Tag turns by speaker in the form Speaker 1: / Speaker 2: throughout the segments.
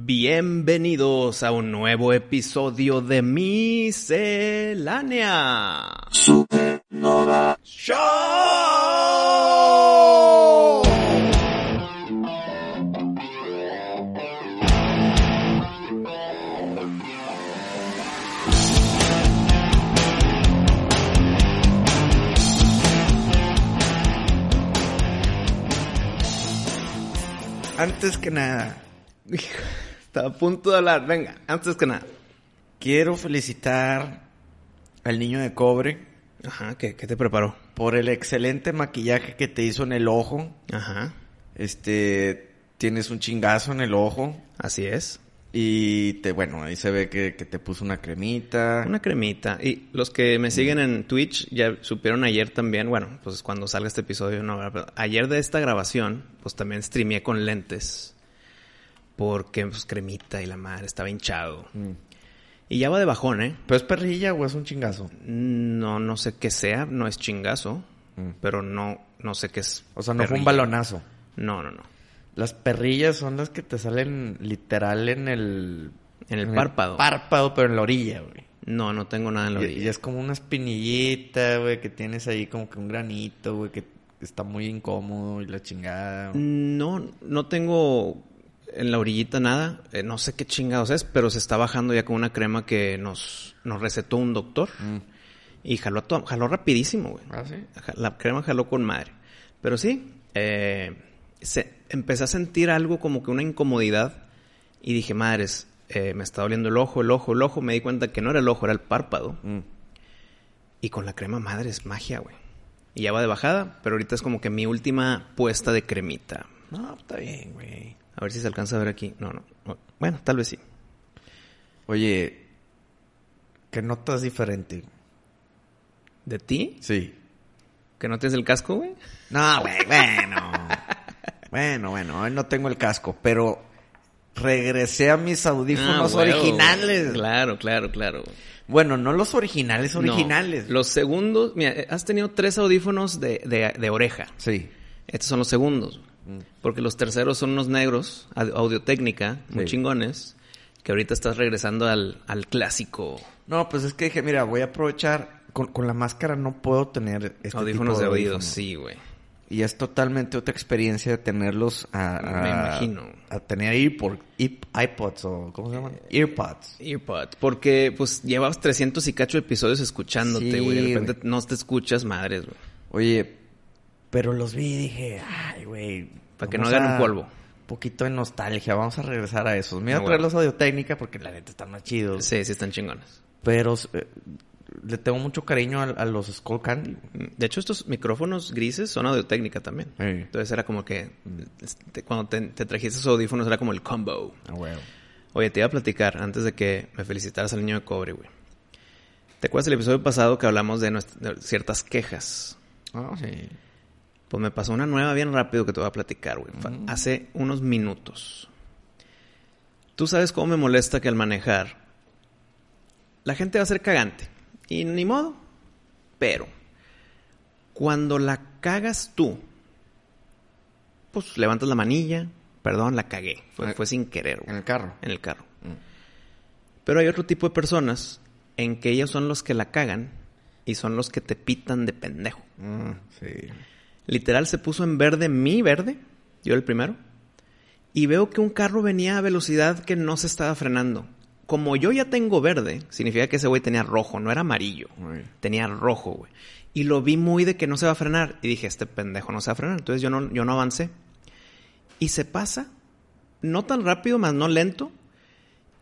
Speaker 1: Bienvenidos a un nuevo episodio de Miscelánea
Speaker 2: Supernova.
Speaker 1: Show. Antes que nada, estaba a punto de hablar. Venga, antes que nada.
Speaker 2: Quiero felicitar al niño de cobre
Speaker 1: Ajá, ¿qué, qué te preparó?
Speaker 2: por el excelente maquillaje que te hizo en el ojo.
Speaker 1: Ajá,
Speaker 2: Este, tienes un chingazo en el ojo
Speaker 1: así es.
Speaker 2: y te, bueno, ahí se ve que, que te puso una cremita.
Speaker 1: Una cremita. Y los que me siguen en Twitch ya supieron ayer también, bueno, pues cuando salga este episodio, no, ¿verdad? Pero ayer de esta grabación, pues también streameé con lentes. Porque, pues, cremita y la madre, estaba hinchado.
Speaker 2: Mm.
Speaker 1: Y ya va de bajón, ¿eh?
Speaker 2: Pero es perrilla o es un chingazo.
Speaker 1: No, no sé qué sea, no es chingazo,
Speaker 2: Mm.
Speaker 1: pero no, no sé qué es.
Speaker 2: O sea, no fue un
Speaker 1: perrilla.
Speaker 2: balonazo.
Speaker 1: No, no, no.
Speaker 2: Las perrillas son las que te salen literal en el...
Speaker 1: En el párpado.
Speaker 2: párpado, pero en la orilla, güey.
Speaker 1: No, no tengo nada en la
Speaker 2: Y-
Speaker 1: orilla.
Speaker 2: Y, es como una espinillita, güey, que tienes ahí como que un granito, güey, que está muy incómodo y la chingada.
Speaker 1: Mm.
Speaker 2: güey.
Speaker 1: No, no tengo en la orillita nada. Eh, no sé qué chingados es, pero se está bajando ya con una crema que nos, nos recetó un doctor.
Speaker 2: Mm.
Speaker 1: Y jaló, a to- jaló rapidísimo, güey.
Speaker 2: ¿Ah, sí?
Speaker 1: Ja- La crema jaló con madre. Pero sí, eh, se, empecé a sentir algo como que una incomodidad. Y dije, madres, eh, me está doliendo el ojo, el ojo, el ojo. Me di cuenta que no era el ojo, era el párpado.
Speaker 2: Mm.
Speaker 1: Y con la crema madre es magia, güey. Y ya va de bajada, pero ahorita es como que mi última puesta de cremita.
Speaker 2: No, está bien, güey.
Speaker 1: A ver si se alcanza a ver aquí. No, no. Bueno, tal vez sí.
Speaker 2: Oye, ¿qué notas diferente?
Speaker 1: ¿De ti?
Speaker 2: Sí.
Speaker 1: ¿Que no tienes el casco, güey?
Speaker 2: No, güey, bueno. bueno, bueno, hoy no tengo el casco, pero regresé a mis audífonos
Speaker 1: Ah, huevo.
Speaker 2: originales.
Speaker 1: Claro, claro, claro.
Speaker 2: Bueno, no los originales, originales.
Speaker 1: No, los segundos... Mira, eh, has tenido tres audífonos de, de- de oreja.
Speaker 2: Sí.
Speaker 1: Estos son los segundos.
Speaker 2: Mm.
Speaker 1: Porque los terceros son unos negros, Ad- audio-técnica, muy
Speaker 2: Sí.
Speaker 1: chingones, que ahorita estás regresando al, al clásico.
Speaker 2: No, pues es que dije, mira, voy a aprovechar. Con, con la máscara no puedo tener este
Speaker 1: audífonos
Speaker 2: tipo
Speaker 1: de
Speaker 2: de
Speaker 1: oídos,
Speaker 2: audífonos.
Speaker 1: sí, güey.
Speaker 2: Y es totalmente otra experiencia de tenerlos a... a-
Speaker 1: Me imagino.
Speaker 2: A tener iPod- ip- iPods o... ¿Cómo se llaman? Earpods.
Speaker 1: Earpod, porque pues llevabas 300 y cacho episodios escuchándote,
Speaker 2: Sí,
Speaker 1: güey. de
Speaker 2: güey.
Speaker 1: repente no te escuchas, madres, güey.
Speaker 2: Oye, pero los vi y dije, ay, güey.
Speaker 1: Pa' que no
Speaker 2: vamos
Speaker 1: hagan un
Speaker 2: a-
Speaker 1: polvo.
Speaker 2: Poquito de nostalgia, vamos a regresar a esos. Me iba
Speaker 1: Ah,
Speaker 2: a traer
Speaker 1: bueno.
Speaker 2: los audio técnica porque la neta están más chidos.
Speaker 1: Sí, sí están chingones.
Speaker 2: Pero eh, le tengo mucho cariño a, a los Skull Candy.
Speaker 1: De hecho, estos micrófonos grises son audio técnica también.
Speaker 2: Sí.
Speaker 1: Entonces era como que este, cuando te, te trajiste esos audífonos era como el combo.
Speaker 2: Ah, huevo.
Speaker 1: Oye, te iba a platicar antes de que me felicitaras al niño de cobre, güey. ¿Te acuerdas el episodio pasado que hablamos de, nuest- de ciertas quejas?
Speaker 2: Ah, sí.
Speaker 1: Pues me pasó una nueva bien rápido que te voy a platicar, güey. Fa-
Speaker 2: Mm.
Speaker 1: Hace unos minutos. Tú sabes cómo me molesta que al manejar la gente va a ser cagante. Y ni modo. Pero cuando la cagas tú, pues levantas la manilla. Perdón, la cagué. Fue,
Speaker 2: Ah,
Speaker 1: fue sin querer,
Speaker 2: En
Speaker 1: güey,
Speaker 2: el carro.
Speaker 1: en el carro.
Speaker 2: Mm.
Speaker 1: Pero hay otro tipo de personas en que ellos son los que la cagan y son los que te pitan de pendejo.
Speaker 2: Mm, sí.
Speaker 1: Literal se puso en verde mi verde, yo el primero, y veo que un carro venía a velocidad que no se estaba frenando. Como yo ya tengo verde, significa que ese güey tenía rojo, no era amarillo.
Speaker 2: Muy bien.
Speaker 1: Tenía rojo, güey. Y lo vi muy de que no se va a frenar. Y dije, este pendejo no se va a frenar. Entonces yo no, yo no avancé. Y se pasa, no tan rápido, más no lento.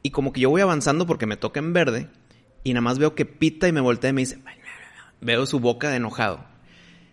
Speaker 1: Y como que yo voy avanzando porque me toca en verde. Y nada más veo que pita y me voltea y me dice, "Ay, ay, ay". veo su boca de enojado.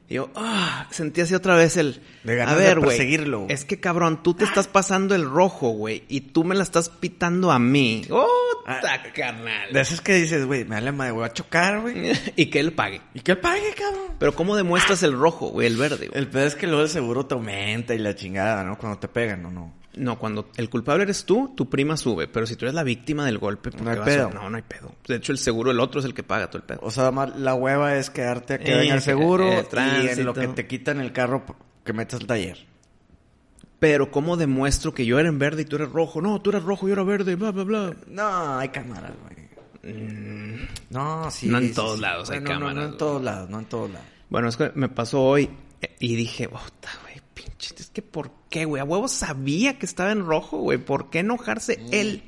Speaker 1: Y yo, ah, sentí así otra vez el...
Speaker 2: De ganas
Speaker 1: a ver,
Speaker 2: de
Speaker 1: güey,
Speaker 2: perseguirlo, güey.
Speaker 1: es que cabrón, tú te estás pasando el rojo, güey, y tú me la estás pitando a mí. ¡Oh,
Speaker 2: Ah,
Speaker 1: carnal!
Speaker 2: De esas que dices, güey, me da la madre, voy a chocar, güey.
Speaker 1: y que él pague.
Speaker 2: ¿Y qué pague, cabrón?
Speaker 1: Pero ¿cómo demuestras el rojo, güey, el verde? güey?
Speaker 2: El pedo es que luego el seguro te aumenta y la chingada, ¿no? Cuando te pegan, ¿no? no.
Speaker 1: No, cuando el culpable eres tú, tu prima sube. Pero si tú eres la víctima del golpe, ¿por
Speaker 2: No
Speaker 1: qué
Speaker 2: hay
Speaker 1: vas a-
Speaker 2: pedo.
Speaker 1: No, no hay pedo. De hecho, el seguro, el otro es el que paga todo el pedo.
Speaker 2: O sea, más la hueva es quedarte a que
Speaker 1: Eh,
Speaker 2: venga el seguro
Speaker 1: eh,
Speaker 2: y en
Speaker 1: tránsito.
Speaker 2: lo que te quitan el carro p- que metas al taller.
Speaker 1: Pero ¿cómo demuestro que yo era en verde y tú eres rojo? No, tú eres rojo, yo era verde, bla, bla, bla.
Speaker 2: No, hay cámaras, güey. Mm. No, sí.
Speaker 1: No en
Speaker 2: sí,
Speaker 1: todos
Speaker 2: sí.
Speaker 1: lados hay
Speaker 2: No, no, no,
Speaker 1: cámaras,
Speaker 2: No, en
Speaker 1: güey.
Speaker 2: todos lados, no en todos lados.
Speaker 1: Bueno, es que me pasó hoy eh, y dije, puta, güey, pinche, es que ¿por qué, güey? A huevo sabía que estaba en rojo, güey. ¿Por qué enojarse él?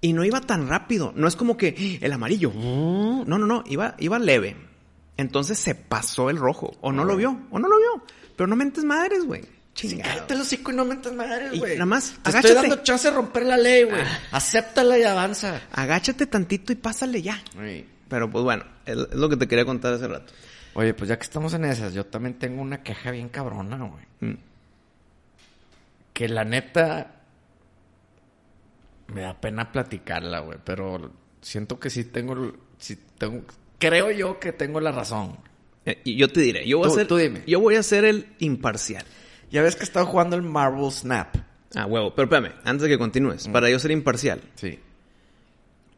Speaker 1: Y no iba tan rápido. No es como que "Ah, el amarillo. uh". No, no, no. Iba, iba leve. Entonces se pasó el rojo. O no lo vio. O no lo vio. Pero no mentes madres, güey. Chingada.
Speaker 2: Cállate los hocico y no mentas madres,
Speaker 1: Y
Speaker 2: güey.
Speaker 1: nada más,
Speaker 2: Te
Speaker 1: agáchate.
Speaker 2: estoy dando chance de romper la ley, güey. Acéptala y avanza.
Speaker 1: Agáchate tantito y pásale ya. Pero pues bueno, es es lo que te quería contar hace rato.
Speaker 2: Oye, pues ya que estamos en esas, yo también tengo una queja bien cabrona, güey.
Speaker 1: Mm.
Speaker 2: Que la neta. Me da pena platicarla, güey. Pero siento que sí tengo. el- Sí tengo creo yo que tengo la razón.
Speaker 1: Eh, Y yo te diré, yo voy
Speaker 2: Tú-
Speaker 1: a ser,
Speaker 2: tú dime.
Speaker 1: yo voy a ser el imparcial.
Speaker 2: Ya ves que estaba jugando el Marvel Snap.
Speaker 1: Ah, huevo, pero espérame, antes de que continúes,
Speaker 2: Mm.
Speaker 1: para yo ser imparcial,
Speaker 2: Sí.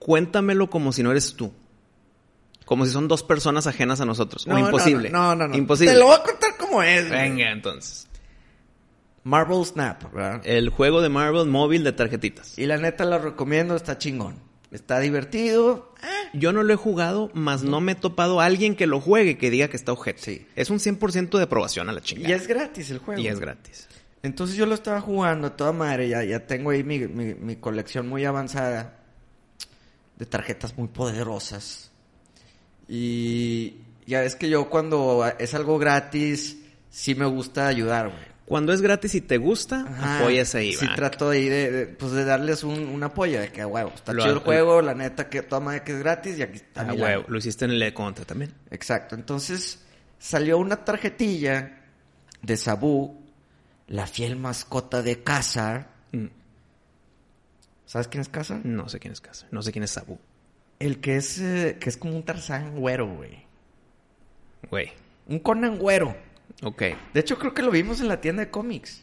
Speaker 1: cuéntamelo como si no eres tú. Como si son dos personas ajenas a nosotros. o imposible.
Speaker 2: No, no, no.
Speaker 1: Imposible.
Speaker 2: Te lo voy a contar como es, güey.
Speaker 1: Venga, entonces.
Speaker 2: Marvel Snap, ¿verdad?
Speaker 1: El juego de Marvel móvil de tarjetitas.
Speaker 2: Y la neta lo recomiendo, está chingón. Está divertido. Ah,
Speaker 1: Yo no lo he jugado, más no me he topado a alguien que lo juegue que diga que está objeto.
Speaker 2: Sí.
Speaker 1: Es un 100% de aprobación a la
Speaker 2: Y
Speaker 1: chingada.
Speaker 2: es gratis el juego.
Speaker 1: Y es gratis.
Speaker 2: Entonces yo lo estaba jugando a toda madre, ya, ya tengo ahí mi, mi- mi colección muy avanzada de tarjetas muy poderosas. Y ya ves que yo cuando es algo gratis, sí me gusta ayudar, güey.
Speaker 1: Cuando es gratis y te gusta,
Speaker 2: Ajá.
Speaker 1: apoyas ahí.
Speaker 2: Sí
Speaker 1: va.
Speaker 2: trato de ir, de, de, pues de darles un, un apoyo, de que a huevo, está
Speaker 1: Lo
Speaker 2: chido
Speaker 1: ha-
Speaker 2: el juego, la neta que toma de que es gratis y aquí está
Speaker 1: Ah,
Speaker 2: mi lana.
Speaker 1: huevo, lo hiciste en el de contra también.
Speaker 2: Exacto. Entonces salió una tarjetilla de Sabu, la fiel mascota de Cázar.
Speaker 1: Mm.
Speaker 2: ¿Sabes quién es Cázar?
Speaker 1: No sé quién es Casa. No sé quién es Sabu.
Speaker 2: El que es eh, que es como un Tarzán güero, güey.
Speaker 1: Güey.
Speaker 2: Un Conan güero.
Speaker 1: Ok.
Speaker 2: De hecho creo que lo vimos en la tienda de cómics.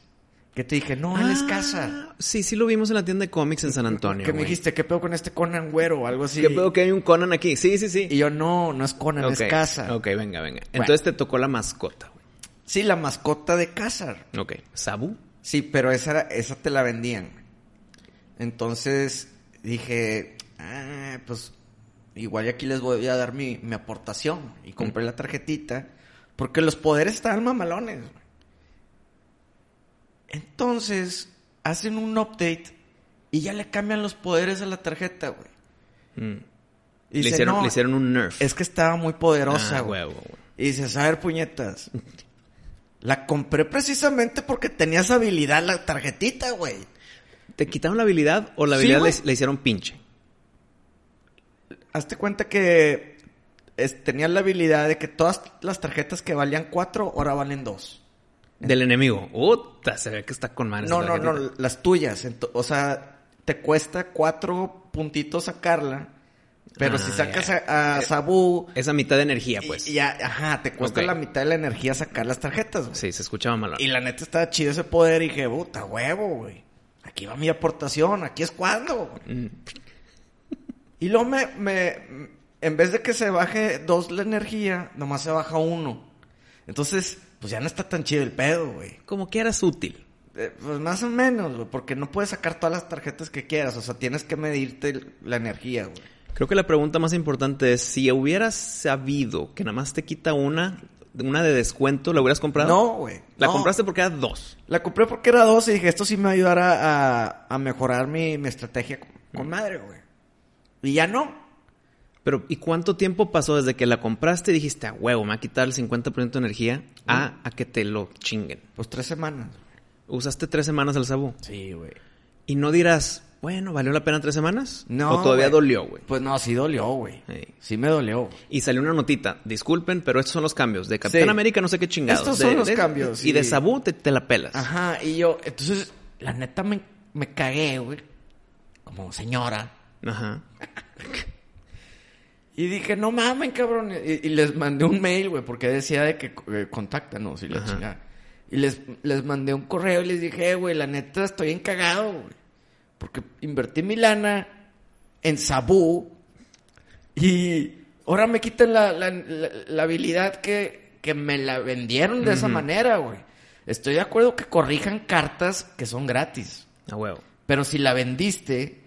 Speaker 2: Que te dije, "No, él es
Speaker 1: Ah,
Speaker 2: Cázar."
Speaker 1: Sí, sí lo vimos en la tienda de cómics en San Antonio.
Speaker 2: Que me
Speaker 1: güey.
Speaker 2: dijiste, ¿qué pedo con este Conan güero? O algo así.
Speaker 1: ¿Qué pedo que hay un Conan aquí? Sí, sí, sí.
Speaker 2: Y yo, no, no es Conan,
Speaker 1: Ok,
Speaker 2: es Cázar.
Speaker 1: Ok, venga, venga. Entonces te tocó la mascota, güey.
Speaker 2: Sí, la mascota de Cázar.
Speaker 1: Ok. ¿Sabu?
Speaker 2: Sí, pero esa, era- esa te la vendían. Entonces dije, ah, pues igual y aquí les voy a dar mi, mi aportación. Y compré la tarjetita porque los poderes estaban mamalones. güey. Entonces hacen un update y ya le cambian los poderes a la tarjeta, güey.
Speaker 1: Mm.
Speaker 2: Y
Speaker 1: Le,
Speaker 2: dice,
Speaker 1: hicieron,
Speaker 2: "No,
Speaker 1: le hicieron un nerf.
Speaker 2: Es que estaba muy poderosa,
Speaker 1: Ah,
Speaker 2: güey.
Speaker 1: huevo, güey.
Speaker 2: Y dices, a ver, puñetas. La compré precisamente porque tenías habilidad la tarjetita, güey.
Speaker 1: ¿Te quitaron la habilidad o la
Speaker 2: Sí,
Speaker 1: habilidad
Speaker 2: güey.
Speaker 1: le, le hicieron pinche?
Speaker 2: Hazte cuenta que es- tenías la habilidad de que todas las tarjetas que valían cuatro, ahora valen dos.
Speaker 1: Del enemigo. Uta, se ve que está con manos.
Speaker 2: No, no, no, las tuyas. Ento- o sea, te cuesta cuatro puntitos sacarla. Pero
Speaker 1: Ah,
Speaker 2: si sacas
Speaker 1: ya.
Speaker 2: a, a Sabu,
Speaker 1: Esa mitad de energía,
Speaker 2: y-
Speaker 1: pues.
Speaker 2: y ya, ajá, te cuesta
Speaker 1: Ok.
Speaker 2: la mitad de la energía sacar las tarjetas, güey.
Speaker 1: Sí, se escuchaba mal.
Speaker 2: Y la neta estaba chido ese poder y dije, puta huevo, güey. Aquí va mi aportación, aquí es cuando. güey".
Speaker 1: Mm.
Speaker 2: Y luego me, me- en vez de que se baje dos la energía, nomás se baja uno. Entonces, pues ya no está tan chido el pedo, güey.
Speaker 1: Como que eras útil.
Speaker 2: Eh, pues más o menos, güey, porque no puedes sacar todas las tarjetas que quieras. O sea, tienes que medirte el- la energía, güey.
Speaker 1: Creo que la pregunta más importante es si hubieras sabido que nada más te quita una, una de descuento, ¿la hubieras comprado?
Speaker 2: No, güey.
Speaker 1: La
Speaker 2: no.
Speaker 1: compraste porque era dos.
Speaker 2: La compré porque era dos y dije, esto sí me va a ayudar a, a- a mejorar mi, mi estrategia con, con
Speaker 1: Mm.
Speaker 2: madre, güey. Y ya no.
Speaker 1: Pero, ¿y cuánto tiempo pasó desde que la compraste y dijiste, a huevo, me va a quitar el 50% de energía a, a que te lo chinguen?
Speaker 2: Pues tres semanas.
Speaker 1: Usaste tres semanas al sabú.
Speaker 2: Sí, güey.
Speaker 1: Y no dirás, Bueno, ¿valió la pena tres semanas?
Speaker 2: No.
Speaker 1: ¿O todavía
Speaker 2: güey.
Speaker 1: dolió, güey?
Speaker 2: Pues no, sí dolió, güey.
Speaker 1: Sí.
Speaker 2: Sí me dolió.
Speaker 1: Y salió una notita. Disculpen, pero estos son los cambios. De Capitán
Speaker 2: Sí.
Speaker 1: América, no sé qué chingados.
Speaker 2: Estos
Speaker 1: De-
Speaker 2: son los
Speaker 1: de-
Speaker 2: cambios,
Speaker 1: Y de
Speaker 2: sí.
Speaker 1: Sabu te, te la pelas.
Speaker 2: Ajá, y yo, entonces, la neta me, me cagué, güey. Como señora.
Speaker 1: Ajá.
Speaker 2: Y dije, no mamen, cabrón. Y, y les mandé un mail, güey, porque decía de que eh, contáctanos y la
Speaker 1: Ajá.
Speaker 2: chingada. Y les, les mandé un correo y les dije, "Eh, güey, la neta estoy encagado, güey. Porque invertí mi lana en Sabú y ahora me quitan la, la- la- la habilidad que, que me la vendieron de esa manera, güey. Estoy de acuerdo que corrijan cartas que son gratis.
Speaker 1: A huevo.
Speaker 2: Pero si la vendiste,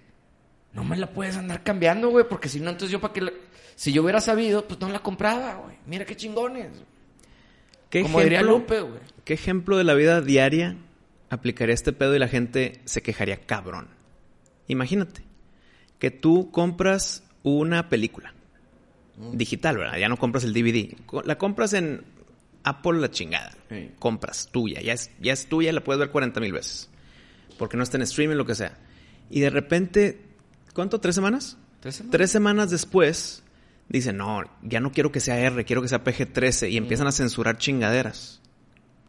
Speaker 2: no me la puedes andar cambiando, güey, porque si no, entonces yo para qué la- Si yo hubiera sabido, pues no la compraba, güey. Mira qué chingones.
Speaker 1: ¿Qué
Speaker 2: Como diría Lupe, güey.
Speaker 1: ¿Qué ejemplo de la vida diaria aplicaría este pedo y la gente se quejaría cabrón? Imagínate que tú compras una película digital, ¿verdad? Ya no compras el DVD. Co- La compras en Apple la chingada.
Speaker 2: Sí.
Speaker 1: Compras tuya, ya es, ya es tuya, la puedes ver 40 mil veces. Porque no está en streaming, lo que sea. Y de repente, ¿cuánto? ¿Tres semanas?
Speaker 2: ¿Tres semanas?
Speaker 1: Tres semanas después, dicen, no, ya no quiero que sea R, quiero que sea PG-13. Y empiezan a censurar chingaderas.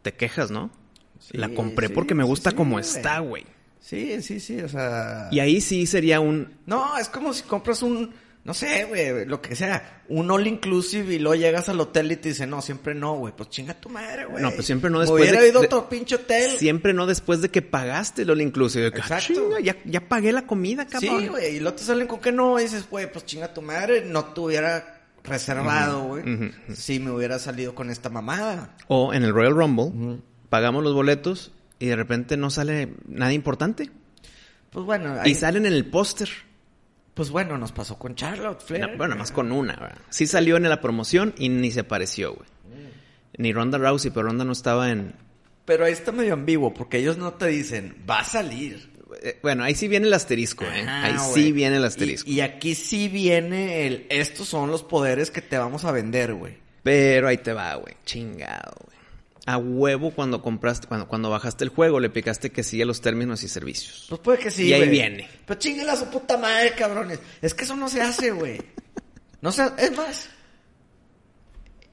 Speaker 1: Te quejas, ¿no?
Speaker 2: Sí,
Speaker 1: la compré
Speaker 2: sí,
Speaker 1: porque me gusta
Speaker 2: sí,
Speaker 1: como
Speaker 2: güey. Ah.
Speaker 1: está, güey.
Speaker 2: Sí, sí, sí, o sea...
Speaker 1: Y ahí sí sería un...
Speaker 2: No, es como si compras un... No sé, güey, lo que sea. Un all inclusive y luego llegas al hotel y te dicen, no, siempre no, güey. Pues chinga tu madre, güey.
Speaker 1: No, pues siempre no
Speaker 2: Me
Speaker 1: después
Speaker 2: hubiera
Speaker 1: de-
Speaker 2: ido a
Speaker 1: de-
Speaker 2: otro pinche hotel.
Speaker 1: Siempre no después de que pagaste el All Inclusive. Que, ah,
Speaker 2: Exacto.
Speaker 1: chinga, ya, ya pagué la comida, cabrón.
Speaker 2: Sí, güey. Y luego te salen con que no. Y dices, güey, pues chinga tu madre. No te hubiera reservado, güey.
Speaker 1: ujú,
Speaker 2: Si me hubiera salido con esta mamada.
Speaker 1: O en el Royal Rumble, pagamos los boletos y de repente no sale nada importante.
Speaker 2: Pues bueno.
Speaker 1: Y
Speaker 2: ahí-
Speaker 1: salen en el póster.
Speaker 2: Pues bueno, nos pasó con Charlotte Flair.
Speaker 1: No, bueno, más con una, ¿verdad? Sí salió en la promoción y ni se pareció, güey. Ni Ronda Rousey, pero Ronda no estaba en...
Speaker 2: Pero ahí está medio ambiguo porque ellos no te dicen, va a salir.
Speaker 1: eh, Bueno, ahí sí viene el asterisco, ¿eh?
Speaker 2: Ah,
Speaker 1: ahí
Speaker 2: güey.
Speaker 1: sí viene el asterisco.
Speaker 2: Y, y aquí sí viene el, estos son los poderes que te vamos a vender, güey.
Speaker 1: Pero ahí te va, güey. Chingado, güey. A huevo cuando compraste, cuando, cuando bajaste el juego, le picaste que sí a los términos y servicios.
Speaker 2: Pues puede que sí,
Speaker 1: Y ahí
Speaker 2: güey.
Speaker 1: viene.
Speaker 2: Pero chinguen a su puta madre, cabrones. Es que eso no se hace, güey. No se Es más,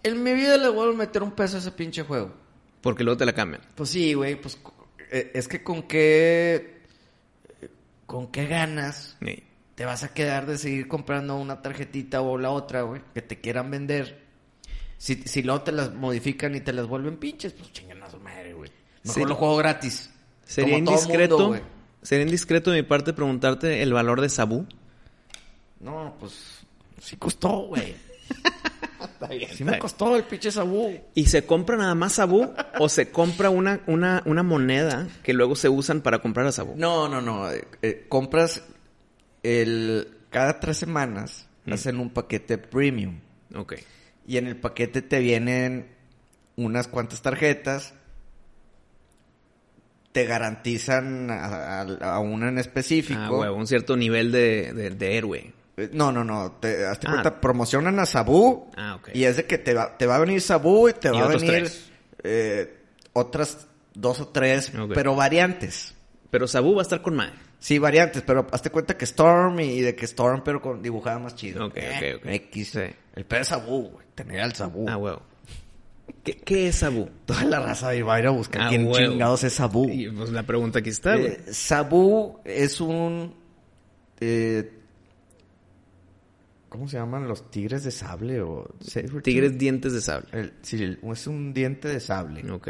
Speaker 2: en mi vida le vuelvo a meter un peso a ese pinche juego.
Speaker 1: Porque luego te la cambian.
Speaker 2: Pues sí, güey. Pues cu- eh, es que con qué... eh, Con qué ganas
Speaker 1: Sí.
Speaker 2: te vas a quedar de seguir comprando una tarjetita o la otra, güey. Que te quieran vender. Si, si luego te las modifican y te las vuelven pinches, pues chingan a su madre, güey. Mejor
Speaker 1: Sí.
Speaker 2: lo juego gratis.
Speaker 1: Sería
Speaker 2: Como todo mundo,
Speaker 1: indiscreto.
Speaker 2: güey.
Speaker 1: sería indiscreto de mi parte preguntarte el valor de Sabu.
Speaker 2: No, pues sí costó, güey. sí me costó el pinche sabú.
Speaker 1: ¿Y se compra nada más Sabu o se compra una, una, una moneda que luego se usan para comprar a Sabu?
Speaker 2: No, no, no. eh, eh, compras el cada tres semanas hacen un paquete premium
Speaker 1: Ok. Ah,
Speaker 2: y en el paquete te vienen unas cuantas tarjetas. Te garantizan a, a- a una en específico.
Speaker 1: Ah, huevo, un cierto nivel de, de- de héroe.
Speaker 2: Eh, No, no, no. Te, hazte
Speaker 1: Ah.
Speaker 2: cuenta, promocionan a Sabu.
Speaker 1: Ah, ok.
Speaker 2: Y es de que te va, te va a venir Sabu y te va a
Speaker 1: otros
Speaker 2: venir
Speaker 1: tres.
Speaker 2: eh, otras dos o tres,
Speaker 1: Ok.
Speaker 2: pero variantes.
Speaker 1: Pero Sabu va a estar con madre.
Speaker 2: Sí, variantes, pero hazte cuenta que Storm y de que Storm, pero con dibujada más chido.
Speaker 1: Ok,
Speaker 2: Eh,
Speaker 1: ok, ok.
Speaker 2: X.
Speaker 1: Sí.
Speaker 2: El pedo es Sabu, güey. Tener al Sabu.
Speaker 1: Ah, huevo. ¿Qué, qué es Sabu?
Speaker 2: Toda la raza ahí va a ir a buscar
Speaker 1: Ah,
Speaker 2: quién
Speaker 1: huevo.
Speaker 2: chingados es Sabu.
Speaker 1: Y, pues la pregunta aquí está, güey.
Speaker 2: Eh, Sabu es un. eh, ¿Cómo se llaman los tigres de sable? o
Speaker 1: Tigres dientes de sable.
Speaker 2: El- sí, el- es un diente de sable.
Speaker 1: Ok.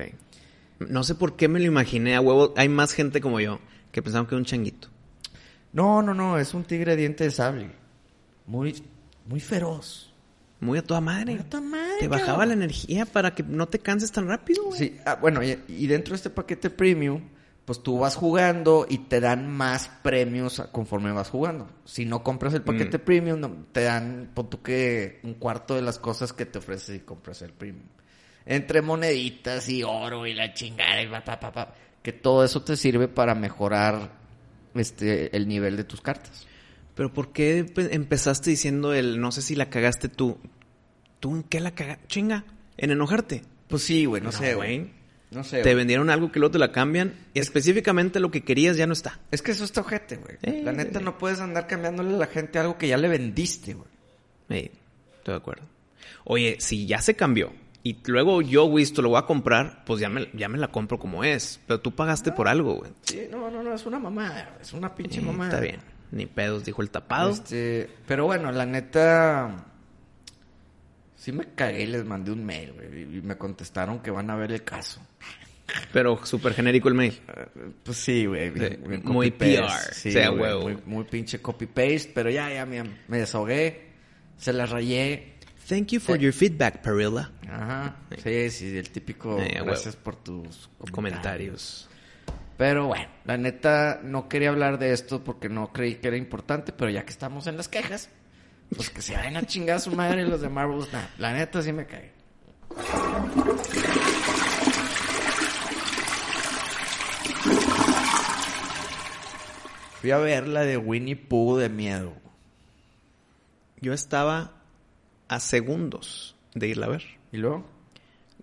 Speaker 1: No sé por qué me lo imaginé a huevo. Hay más gente como yo que pensaban que era un changuito.
Speaker 2: No, no, no, es un tigre de diente de sable. Muy, muy feroz.
Speaker 1: Muy a toda madre.
Speaker 2: Puta madre,
Speaker 1: Te bajaba
Speaker 2: cabrón.
Speaker 1: la energía para que no te canses tan rápido, güey.
Speaker 2: Sí, ah, bueno, y, y dentro de este paquete premium, pues tú vas jugando y te dan más premios a- conforme vas jugando. Si no compras el paquete premium, no- te dan, pon tú que un cuarto de las cosas que te ofrece si compras el premium. Entre moneditas y oro y la chingada y pa, pa, pa, pa, que todo eso te sirve para mejorar este el nivel de tus cartas.
Speaker 1: Pero ¿por qué pe- empezaste diciendo el no sé si la cagaste tú? ¿Tú en qué la cagaste? Chinga, en enojarte.
Speaker 2: Pues sí, güey, no, sé, güey. No sé.
Speaker 1: Te
Speaker 2: güey.
Speaker 1: vendieron algo que luego te la cambian y específicamente lo que querías ya no está.
Speaker 2: Es que eso está ojete, güey.
Speaker 1: Eh,
Speaker 2: la neta
Speaker 1: eh.
Speaker 2: no puedes andar cambiándole a la gente algo que ya le vendiste, güey.
Speaker 1: Ey, estoy de acuerdo. Oye, si ya se cambió y luego yo, güey, esto lo voy a comprar, pues ya me, ya me la compro como es. Pero tú pagaste por algo, güey.
Speaker 2: Sí, no, no, no, es una mamada, es una pinche
Speaker 1: Mm,
Speaker 2: mamada.
Speaker 1: Está bien. Ni pedos, dijo el tapado.
Speaker 2: Este, pero bueno, la neta. Sí me cagué y les mandé un mail, güey. Y me contestaron que van a ver el caso.
Speaker 1: Pero súper genérico el mail.
Speaker 2: Pues sí, güey. bien-
Speaker 1: Sí,
Speaker 2: bien
Speaker 1: muy
Speaker 2: copy-paste.
Speaker 1: PR,
Speaker 2: Sí,
Speaker 1: o sea,
Speaker 2: güey,
Speaker 1: huevo.
Speaker 2: Muy, muy pinche copy-paste, pero ya, ya me, me desahogué. Se la rayé.
Speaker 1: Thank you for your feedback, Perilla.
Speaker 2: Ajá. Sí, sí, el típico.
Speaker 1: Eh, huevo.
Speaker 2: gracias por tus comentarios.
Speaker 1: Comentarios.
Speaker 2: Pero bueno, la neta no quería hablar de esto porque no creí que era importante, pero ya que estamos en las quejas, pues que se vayan a chingar a su madre los de Marvel Snap. La neta sí me cae. Fui a ver la de Winnie Pooh de miedo.
Speaker 1: Yo estaba a segundos de irla a ver.
Speaker 2: ¿Y luego?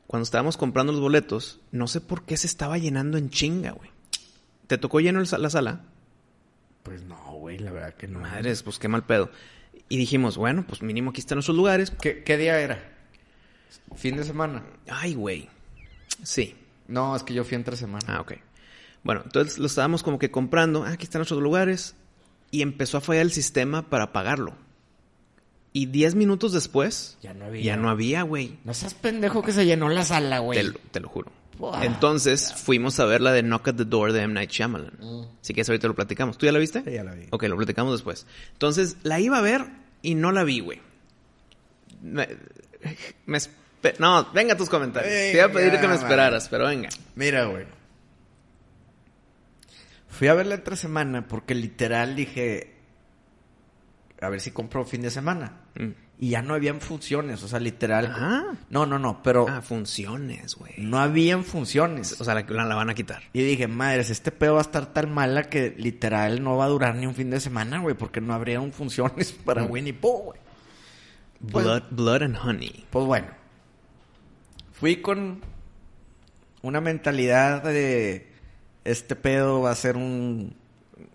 Speaker 1: Cuando estábamos comprando los boletos, no sé por qué se estaba llenando en chinga, güey. ¿Te tocó lleno el sa- la sala?
Speaker 2: Pues no, güey, la verdad que no.
Speaker 1: Madres, pues qué mal pedo. Y dijimos, bueno, pues mínimo aquí están nuestros lugares.
Speaker 2: ¿Qué, ¿Qué día era? ¿Fin de semana?
Speaker 1: Ay, güey. Sí.
Speaker 2: No, es que yo fui entre semana.
Speaker 1: Ah, ok. Bueno, entonces lo estábamos como que comprando. Ah, aquí están nuestros lugares. Y empezó a fallar el sistema para pagarlo. Y 10 minutos después,
Speaker 2: Ya no había.
Speaker 1: ya no había, güey.
Speaker 2: No seas pendejo que se llenó la sala, güey.
Speaker 1: Te lo, te lo juro.
Speaker 2: Buah.
Speaker 1: Entonces fuimos a ver la de Knock at the Door de M. Night Shyamalan. Así que eso ahorita lo platicamos. ¿Tú ya la viste?
Speaker 2: Mm. Sí, ya la vi.
Speaker 1: Ok, lo platicamos después. Entonces la iba a ver y no la vi, güey. Me- me espe- no, venga tus comentarios. Te iba a pedir
Speaker 2: Venga,
Speaker 1: que me
Speaker 2: vale.
Speaker 1: esperaras, pero venga.
Speaker 2: Mira, güey. Fui a verla entre semana porque literal dije, a ver si compro fin de semana.
Speaker 1: Mm.
Speaker 2: Y ya no habían funciones, o sea, literal.
Speaker 1: Ajá.
Speaker 2: No, no, no, pero
Speaker 1: Ah, funciones, güey.
Speaker 2: no habían funciones.
Speaker 1: O sea, la, la- la van a quitar.
Speaker 2: Y dije, madres, este pedo va a estar tan mala que literal no va a durar ni un fin de semana, güey, porque no habrían funciones para Winnie Pooh, güey. Pues-
Speaker 1: Blood, blood and Honey.
Speaker 2: Pues bueno, fui con una mentalidad de este pedo va a ser un,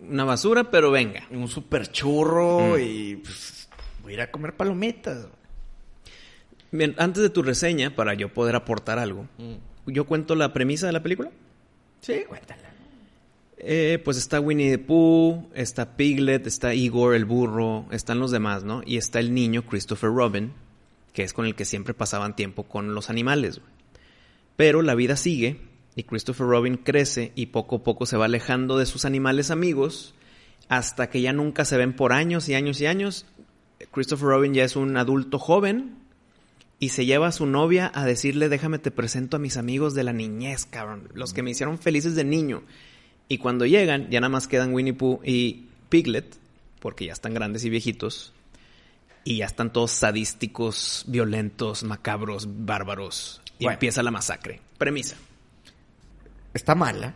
Speaker 1: Una basura, pero venga.
Speaker 2: un super churro y pues voy a ir a comer palomitas.
Speaker 1: Bien, antes de tu reseña, para yo poder aportar algo,
Speaker 2: Mm.
Speaker 1: yo cuento la premisa de la película.
Speaker 2: Sí, cuéntala.
Speaker 1: Eh, pues está Winnie the Pooh, está Piglet, está Igor el burro, están los demás, ¿no? Y está el niño Christopher Robin, que es con el que siempre pasaban tiempo con los animales. güey. Pero la vida sigue y Christopher Robin crece y poco a poco se va alejando de sus animales amigos hasta que ya nunca se ven por años y años y años. Christopher Robin ya es un adulto joven y se lleva a su novia a decirle, déjame te presento a mis amigos de la niñez, cabrón, los que me hicieron felices de niño. Y cuando llegan, ya nada más quedan Winnie Pooh y Piglet, porque ya están grandes y viejitos. Y ya están todos sadísticos, violentos, macabros, bárbaros. Y
Speaker 2: Bueno.
Speaker 1: empieza la masacre. Premisa.
Speaker 2: Está mala,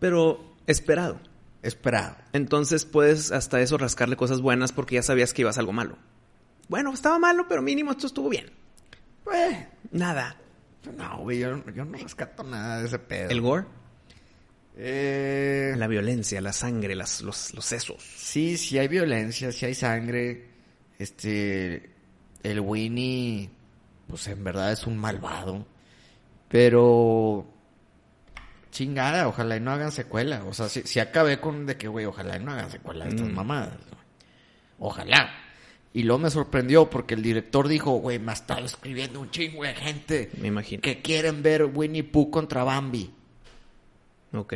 Speaker 1: Pero esperado.
Speaker 2: esperado.
Speaker 1: Entonces puedes hasta eso rascarle cosas buenas porque ya sabías que ibas a algo malo. Bueno, estaba malo, pero mínimo esto estuvo bien.
Speaker 2: Eh,
Speaker 1: Nada.
Speaker 2: no, güey, yo, yo no rescato nada de ese pedo.
Speaker 1: El gore,
Speaker 2: Eh,
Speaker 1: la violencia, la sangre, las- los, los sesos.
Speaker 2: Sí, sí hay violencia, sí hay sangre. Este, el Winnie, pues en verdad es un malvado. Pero, chingada, ojalá y no hagan secuela. O sea, si, acabé con de que, güey, ojalá y no hagan secuela de estas mamadas. güey. Ojalá. Y luego me sorprendió porque el director dijo, güey, me ha estado escribiendo un chingo de gente
Speaker 1: Me imagino.
Speaker 2: que quieren ver Winnie Pooh contra Bambi.
Speaker 1: Ok.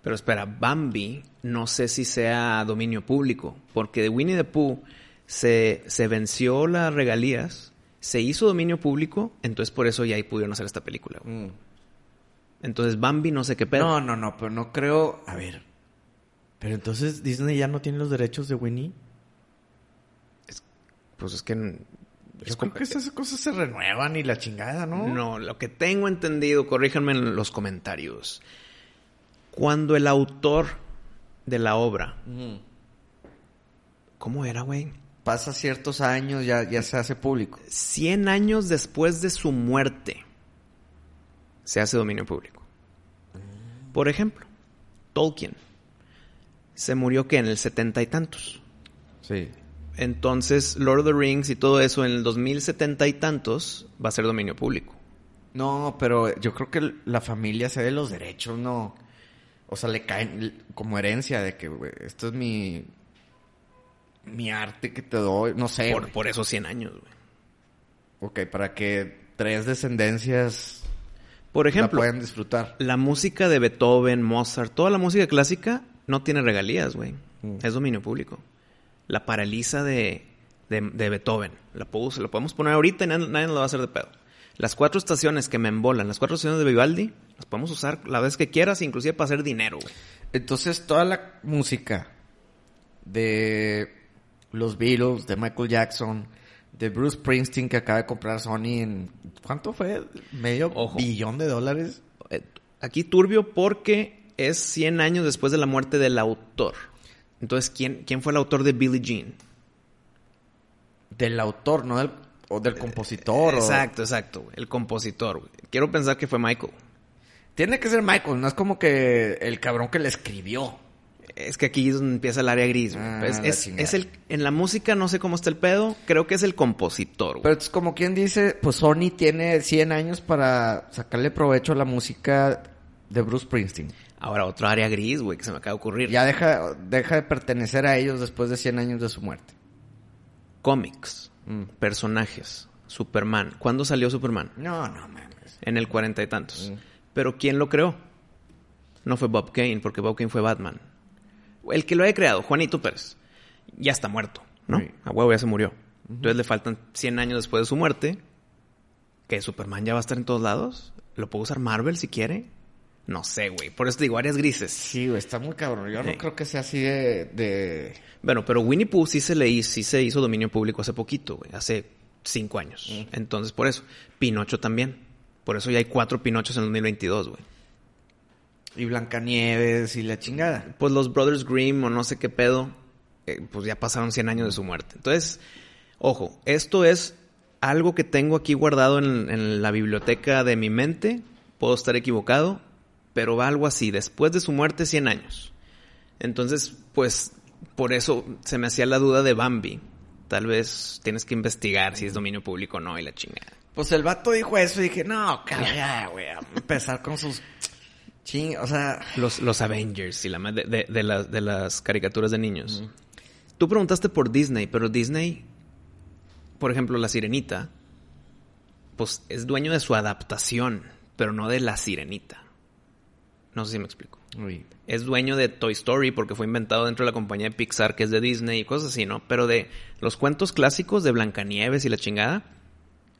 Speaker 1: Pero espera, Bambi no sé si sea dominio público, porque de Winnie the Pooh se, se venció las regalías, se hizo dominio público, entonces por eso ya ahí pudieron hacer esta película. güey. Entonces Bambi no sé qué pedo.
Speaker 2: no, no, no, pero no creo. A ver.
Speaker 3: Pero entonces Disney ya no tiene los derechos de Winnie.
Speaker 1: Pues es que... n- es
Speaker 3: Yo creo
Speaker 1: com-
Speaker 3: que esas cosas se renuevan y la chingada, ¿no?
Speaker 1: No, lo que tengo entendido, corríjanme en los comentarios. Cuando el autor de la obra... ¿Cómo era, güey?
Speaker 2: Pasa ciertos años, ya, ya se hace público.
Speaker 1: 100 años después de su muerte, se hace dominio público. Por ejemplo, Tolkien se murió que en el setenta y tantos.
Speaker 3: Sí.
Speaker 1: Entonces, Lord of the Rings y todo eso en el 2070 y tantos va a ser dominio público.
Speaker 2: No, pero yo creo que la familia se de los derechos, no. O sea, le caen como herencia de que, güey, esto es mi. Mi arte que te doy, no sé.
Speaker 1: Por,
Speaker 2: Eh, güey.
Speaker 1: por esos 100 años, güey.
Speaker 2: Ok, para que tres descendencias
Speaker 1: Por
Speaker 2: la
Speaker 1: ejemplo,
Speaker 2: puedan disfrutar.
Speaker 1: la música de Beethoven, Mozart, toda la música clásica no tiene regalías, güey.
Speaker 2: Mm.
Speaker 1: Es dominio público. La paraliza de, de- de Beethoven. La, puedo- la podemos poner ahorita y nadie, nadie nos la va a hacer de pedo. Las cuatro estaciones que me embolan, las cuatro estaciones de Vivaldi, las podemos usar la vez que quieras, inclusive para hacer dinero, güey.
Speaker 2: Entonces, toda la música de los Beatles, de Michael Jackson, de Bruce Springsteen que acaba de comprar Sony en. ¿Cuánto fue? ¿Medio
Speaker 1: Ojo.
Speaker 2: billón de dólares?
Speaker 1: Eh, Aquí turbio porque es 100 años después de la muerte del autor. Entonces, ¿quién, quién fue el autor de Billie Jean?
Speaker 2: Del autor, ¿no? Del, o del compositor. o-
Speaker 1: Eh, Exacto, exacto. güey. El compositor. güey. Quiero pensar que fue Michael.
Speaker 2: Tiene que ser Michael, no es como que el cabrón que le escribió.
Speaker 1: Es que aquí es donde empieza el área gris. güey.
Speaker 2: Ah,
Speaker 1: Pues
Speaker 2: la
Speaker 1: es,
Speaker 2: chingada.
Speaker 1: es el, en la música no sé cómo está el pedo. Creo que es el compositor. güey.
Speaker 2: Pero es como quien dice, pues Sony tiene 100 años para sacarle provecho a la música de Bruce Springsteen.
Speaker 1: Ahora otro área gris, güey, que se me acaba de ocurrir.
Speaker 2: Ya deja, deja de pertenecer a ellos después de 100 años de su muerte.
Speaker 1: Cómics,
Speaker 2: Mm.
Speaker 1: personajes, Superman. ¿Cuándo salió Superman?
Speaker 2: No, no mames.
Speaker 1: En el cuarenta y tantos.
Speaker 2: Mm.
Speaker 1: Pero ¿quién lo creó? No fue Bob Kane, porque Bob Kane fue Batman. El que lo haya creado, Juanito Pérez, ya está muerto, ¿no?
Speaker 2: Sí.
Speaker 1: A huevo ya se murió. Entonces le faltan 100 años después de su muerte, que Superman ya va a estar en todos lados. ¿Lo puede usar Marvel si quiere? No sé, güey. Por eso te digo áreas grises.
Speaker 2: Sí, güey, está muy cabrón. Yo
Speaker 1: Sí.
Speaker 2: no creo que sea así de... de-
Speaker 1: Bueno, pero Winnie Pooh sí se le hizo, sí se hizo dominio público hace poquito, güey, hace cinco años.
Speaker 2: Mm.
Speaker 1: Entonces, por eso. Pinocho también. Por eso ya hay cuatro Pinochos en el 2022, güey.
Speaker 2: Y Blancanieves y la chingada.
Speaker 1: pues los Brothers Grimm o no sé qué pedo, eh, pues ya pasaron 100 años de su muerte. Entonces, ojo, esto es algo que tengo aquí guardado en, en la biblioteca de mi mente, puedo estar equivocado, pero va algo así, después de su muerte 100 años. Entonces, pues por eso se me hacía la duda de Bambi. Tal vez tienes que investigar si es dominio público o no y la chingada.
Speaker 2: Pues el vato dijo eso y dije, no, cabrón, güey, a empezar con sus... Ching, o sea...
Speaker 1: Los, los Avengers y la ma- de, de- de las- de las caricaturas de niños. Tú preguntaste por Disney, pero Disney, por ejemplo, La Sirenita, pues es dueño de su adaptación, pero no de La Sirenita. No sé si me explico. Es dueño de Toy Story porque fue inventado dentro de la compañía de Pixar, que es de Disney y cosas así, ¿no? Pero de los cuentos clásicos de Blancanieves y la chingada,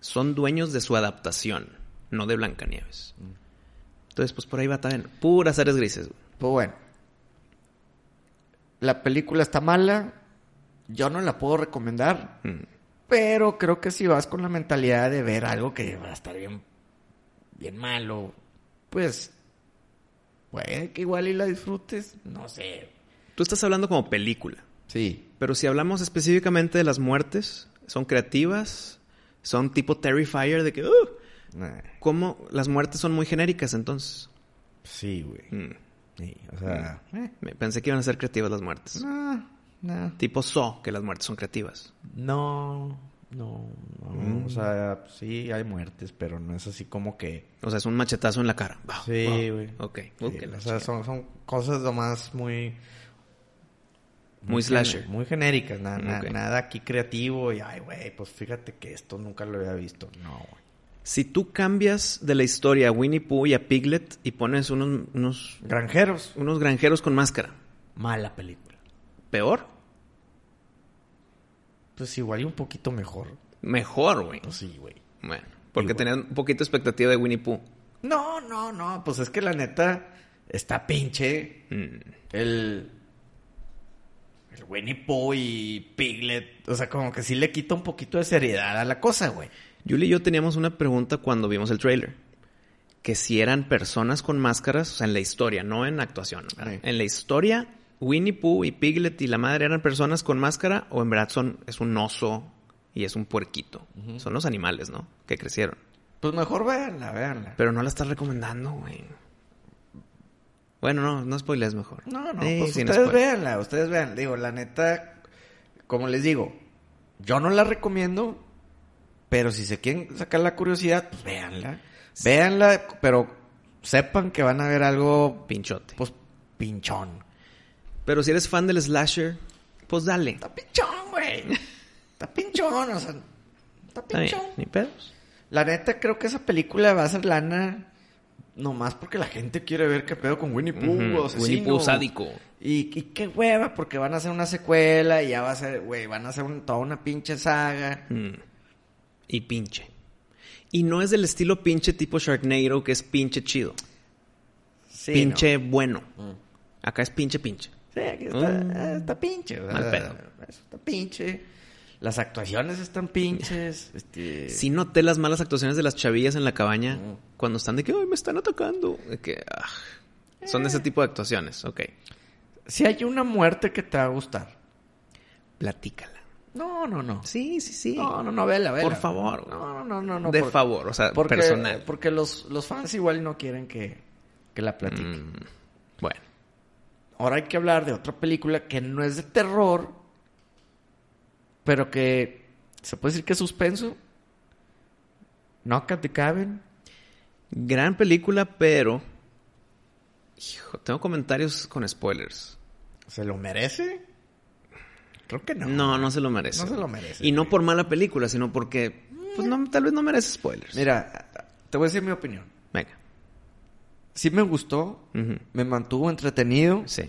Speaker 1: son dueños de su adaptación, no de Blancanieves. Entonces, pues por ahí va también. Puras áreas grises. güey.
Speaker 2: Pues bueno. La película está mala. Yo no la puedo recomendar.
Speaker 1: Mm.
Speaker 2: Pero creo que si vas con la mentalidad de ver algo que va a estar bien, bien malo, pues puede que igual y la disfrutes. No sé.
Speaker 1: Tú estás hablando como película,
Speaker 2: Sí.
Speaker 1: pero si hablamos específicamente de las muertes, son creativas, son tipo Terrifier de que... ¡uh!
Speaker 2: Nah,
Speaker 1: ¿Cómo? Las muertes son muy genéricas entonces.
Speaker 2: Sí, güey.
Speaker 1: Mm.
Speaker 2: Sí, o sea.
Speaker 3: Mm.
Speaker 2: eh,
Speaker 1: Me Pensé que iban a ser creativas las muertes.
Speaker 2: no, no.
Speaker 1: Tipo So, que las muertes son creativas.
Speaker 3: No, no, no.
Speaker 2: Mm.
Speaker 3: O sea, sí hay muertes, pero no es así como que...
Speaker 1: O sea, es un machetazo en la cara. Bah,
Speaker 3: Sí,
Speaker 1: bah.
Speaker 3: güey.
Speaker 1: Ok.
Speaker 3: Sí,
Speaker 1: ok, la
Speaker 3: o sea,
Speaker 1: chica.
Speaker 3: son, son cosas nomás muy...
Speaker 1: Muy slasher.
Speaker 3: Muy genéricas, nada, na-
Speaker 1: Ok.
Speaker 3: nada aquí creativo y, ay, güey, pues fíjate que esto nunca lo había visto. No, güey.
Speaker 1: Si tú cambias de la historia a Winnie Pooh y a Piglet y pones unos, unos,
Speaker 3: Granjeros.
Speaker 1: unos granjeros con máscara,
Speaker 3: Mala película.
Speaker 1: ¿peor?
Speaker 3: Pues igual y un poquito mejor.
Speaker 1: Mejor, güey.
Speaker 3: Pues sí, güey.
Speaker 1: Bueno, porque
Speaker 3: Igual.
Speaker 1: tenían un poquito de expectativa de Winnie Pooh.
Speaker 3: No, no, no. Pues es que la neta está pinche.
Speaker 1: Mm.
Speaker 3: El. El Winnie Pooh y Piglet. O sea, como que sí le quita un poquito de seriedad a la cosa, güey.
Speaker 1: Yuli y yo teníamos una pregunta cuando vimos el tráiler. Que si eran personas con máscaras, o sea, en la historia, no en actuación. ¿verdad?
Speaker 3: Sí.
Speaker 1: En la historia, Winnie Pooh y Piglet y la madre eran personas con máscara o en verdad son, es un oso y es un puerquito. Son los animales, ¿no? Que crecieron.
Speaker 2: Pues mejor véanla, véanla.
Speaker 1: Pero no la estás recomendando, güey. Bueno, no, no spoilees mejor.
Speaker 2: No, no,
Speaker 1: Sí,
Speaker 2: pues
Speaker 1: sin
Speaker 2: ustedes
Speaker 1: spoil-
Speaker 2: véanla, ustedes vean. Digo, la neta, como les digo, yo no la recomiendo, pero si se quieren sacar la curiosidad, pues véanla. Véanla, pero sepan que van a ver algo,
Speaker 1: Pinchote.
Speaker 2: pues, pinchón.
Speaker 1: Pero si eres fan del slasher, pues dale.
Speaker 2: Está pinchón, güey. Está pinchón, o sea, está
Speaker 1: Está bien,
Speaker 2: pinchón.
Speaker 1: ni pedos.
Speaker 2: La neta, creo que esa película va a ser lana nomás porque la gente quiere ver qué pedo con Winnie Pooh,
Speaker 1: Ujú,
Speaker 2: asesino.
Speaker 1: Winnie Pooh sádico.
Speaker 2: Y, y qué hueva, porque van a hacer una secuela y ya va a ser, güey, van a hacer un- toda una pinche saga.
Speaker 1: Mm. Y pinche. Y no es del estilo pinche tipo Sharknado, que es pinche chido.
Speaker 2: Sí, Mm.
Speaker 1: pinche bueno. Acá es pinche pinche.
Speaker 2: ¿no? Sí, aquí está,
Speaker 1: Mm.
Speaker 2: ah, está pinche. o sea,
Speaker 1: Mal pedo.
Speaker 2: eso está pinche. Las actuaciones están pinches. Este...
Speaker 1: Sí noté las malas actuaciones de las chavillas en la cabaña
Speaker 2: Mm.
Speaker 1: cuando están de que, ay, me están atacando. De que, ah. Son de
Speaker 2: Eh.
Speaker 1: ese tipo de actuaciones, ok.
Speaker 2: Si hay una muerte que te va a gustar.
Speaker 1: Platícala.
Speaker 2: No, no, no.
Speaker 1: Sí, sí, sí.
Speaker 2: No, no, no, vela, vela.
Speaker 1: Por favor.
Speaker 2: No, no, no, no.
Speaker 1: de
Speaker 2: por-
Speaker 1: favor, o sea,
Speaker 2: Porque,
Speaker 1: personal.
Speaker 2: Porque los, los fans igual no quieren que, que la platiquen.
Speaker 1: Mm, Bueno.
Speaker 2: Ahora hay que hablar de otra película que no es de terror, pero que se puede decir que es suspenso. Knock at the Cabin.
Speaker 1: Gran película, pero... Hijo, tengo comentarios con spoilers.
Speaker 2: ¿Se lo merece? Creo que no.
Speaker 1: No, no se lo merece.
Speaker 2: No se lo merece,
Speaker 1: Y no
Speaker 2: güey.
Speaker 1: por mala película, sino porque... Pues no, tal vez no merece spoilers.
Speaker 2: Mira, te voy a decir mi opinión.
Speaker 1: Venga.
Speaker 2: Sí me gustó,
Speaker 1: Ujú.
Speaker 2: me mantuvo entretenido.
Speaker 1: Sí.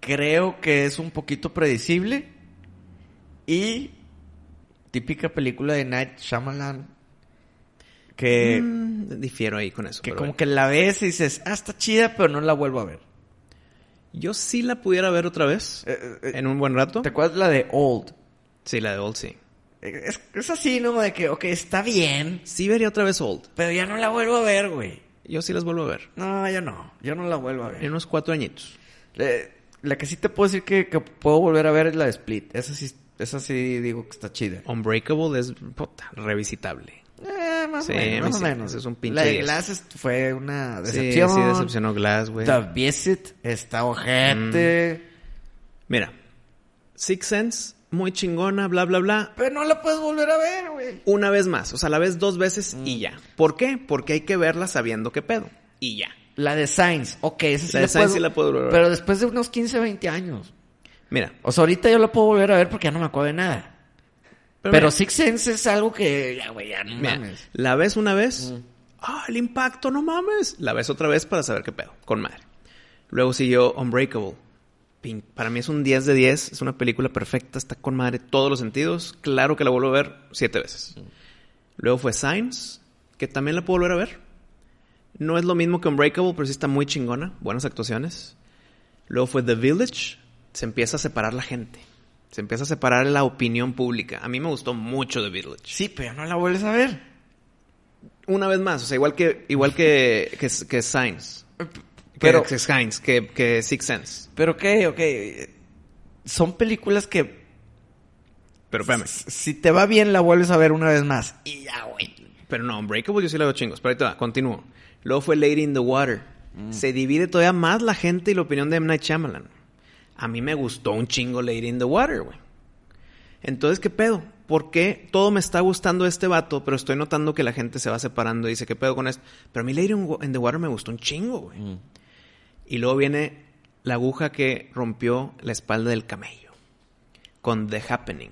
Speaker 2: Creo que es un poquito predecible. Y típica película de Night Shyamalan. Que,
Speaker 1: Mm, difiero ahí con eso.
Speaker 2: Eh, que
Speaker 1: pero
Speaker 2: como
Speaker 1: bueno.
Speaker 2: que la ves y dices, ah, está chida, pero no la vuelvo a ver.
Speaker 1: Yo sí la pudiera ver otra vez.
Speaker 2: Eh, eh,
Speaker 1: en un buen rato.
Speaker 2: ¿Te acuerdas la de Old?
Speaker 1: Sí, la de Old sí.
Speaker 2: Eh, Es, es así, ¿no? De que, ok, está bien,
Speaker 1: Sí vería otra vez Old.
Speaker 2: pero ya no la vuelvo a ver, güey.
Speaker 1: Yo sí las vuelvo a ver.
Speaker 2: No, yo no. Yo no la vuelvo a
Speaker 1: En
Speaker 2: ver.
Speaker 1: unos cuatro añitos.
Speaker 2: Eh, la que sí te puedo decir que, que puedo volver a ver es la de Split. Esa sí, esa sí digo que está chida.
Speaker 1: Unbreakable es puta, revisitable.
Speaker 2: Eh, más
Speaker 1: Sí,
Speaker 2: o
Speaker 1: a
Speaker 2: menos,
Speaker 1: mí
Speaker 2: más
Speaker 1: sí,
Speaker 2: o menos.
Speaker 1: ese es un pinche
Speaker 2: La de
Speaker 1: 10.
Speaker 2: Glass est- fue una
Speaker 1: Sí,
Speaker 2: decepción.
Speaker 1: Sí, decepcionó Glass, güey.
Speaker 2: The Visit está ojete.
Speaker 1: Mm. Mira. Six Sense, muy chingona, bla, bla, bla.
Speaker 2: Pero no la puedes volver a ver, güey.
Speaker 1: Una vez más. O sea, la ves dos veces
Speaker 2: Mm.
Speaker 1: y ya. ¿Por qué? Porque hay que verla sabiendo qué pedo. Y ya.
Speaker 2: La de Science, ok, esa sí
Speaker 1: La de
Speaker 2: la,
Speaker 1: Signs
Speaker 2: puedo-
Speaker 1: sí la puedo volver a ver.
Speaker 2: Pero después de unos 15, 20 años.
Speaker 1: Mira.
Speaker 2: O sea, ahorita yo la puedo volver a ver porque ya no me acuerdo de nada. Pero,
Speaker 1: mira,
Speaker 2: Six Sense es algo que, ya, güey, ya no
Speaker 1: mira,
Speaker 2: mames.
Speaker 1: la ves una vez. Ah, el impacto, no mames. La ves otra vez para saber qué pedo. Con madre. Luego siguió Unbreakable. Pin- Para mí es un 10 de 10. Es una película perfecta. Está con madre todos los sentidos. Claro que la vuelvo a ver siete veces. Luego fue Signs, que también la puedo volver a ver. No es lo mismo que Unbreakable, pero sí está muy chingona. Buenas actuaciones. Luego fue The Village. Se empieza a separar la gente. Se empieza a separar la opinión pública. A mí me gustó mucho The Village
Speaker 2: Sí, pero ya no la vuelves a ver.
Speaker 1: una vez más, o sea, igual que igual que que, que Signs, que,
Speaker 2: Pero-
Speaker 1: que Signs, que, que Six Sense.
Speaker 2: Pero ok, ok. eh, Son películas que
Speaker 1: Pero espérame.
Speaker 2: s- si te va bien la vuelves a ver una vez más. Y ya, güey.
Speaker 1: Pero no, Unbreakable yo sí la veo chingos, pero ahí te va, continúo. Luego fue Lady in the Water.
Speaker 2: Mm.
Speaker 1: Se divide todavía más la gente y la opinión de M. Night Shyamalan. A mí me gustó un chingo Lady in the Water, güey. Entonces, ¿qué pedo? ¿Por qué todo me está gustando de este vato, pero estoy notando que la gente se va separando y dice, ¿qué pedo con esto? Pero a mí Lady in Wa- in the Water me gustó un chingo, güey.
Speaker 2: Mm.
Speaker 1: Y luego viene la aguja que rompió la espalda del camello. Con The Happening.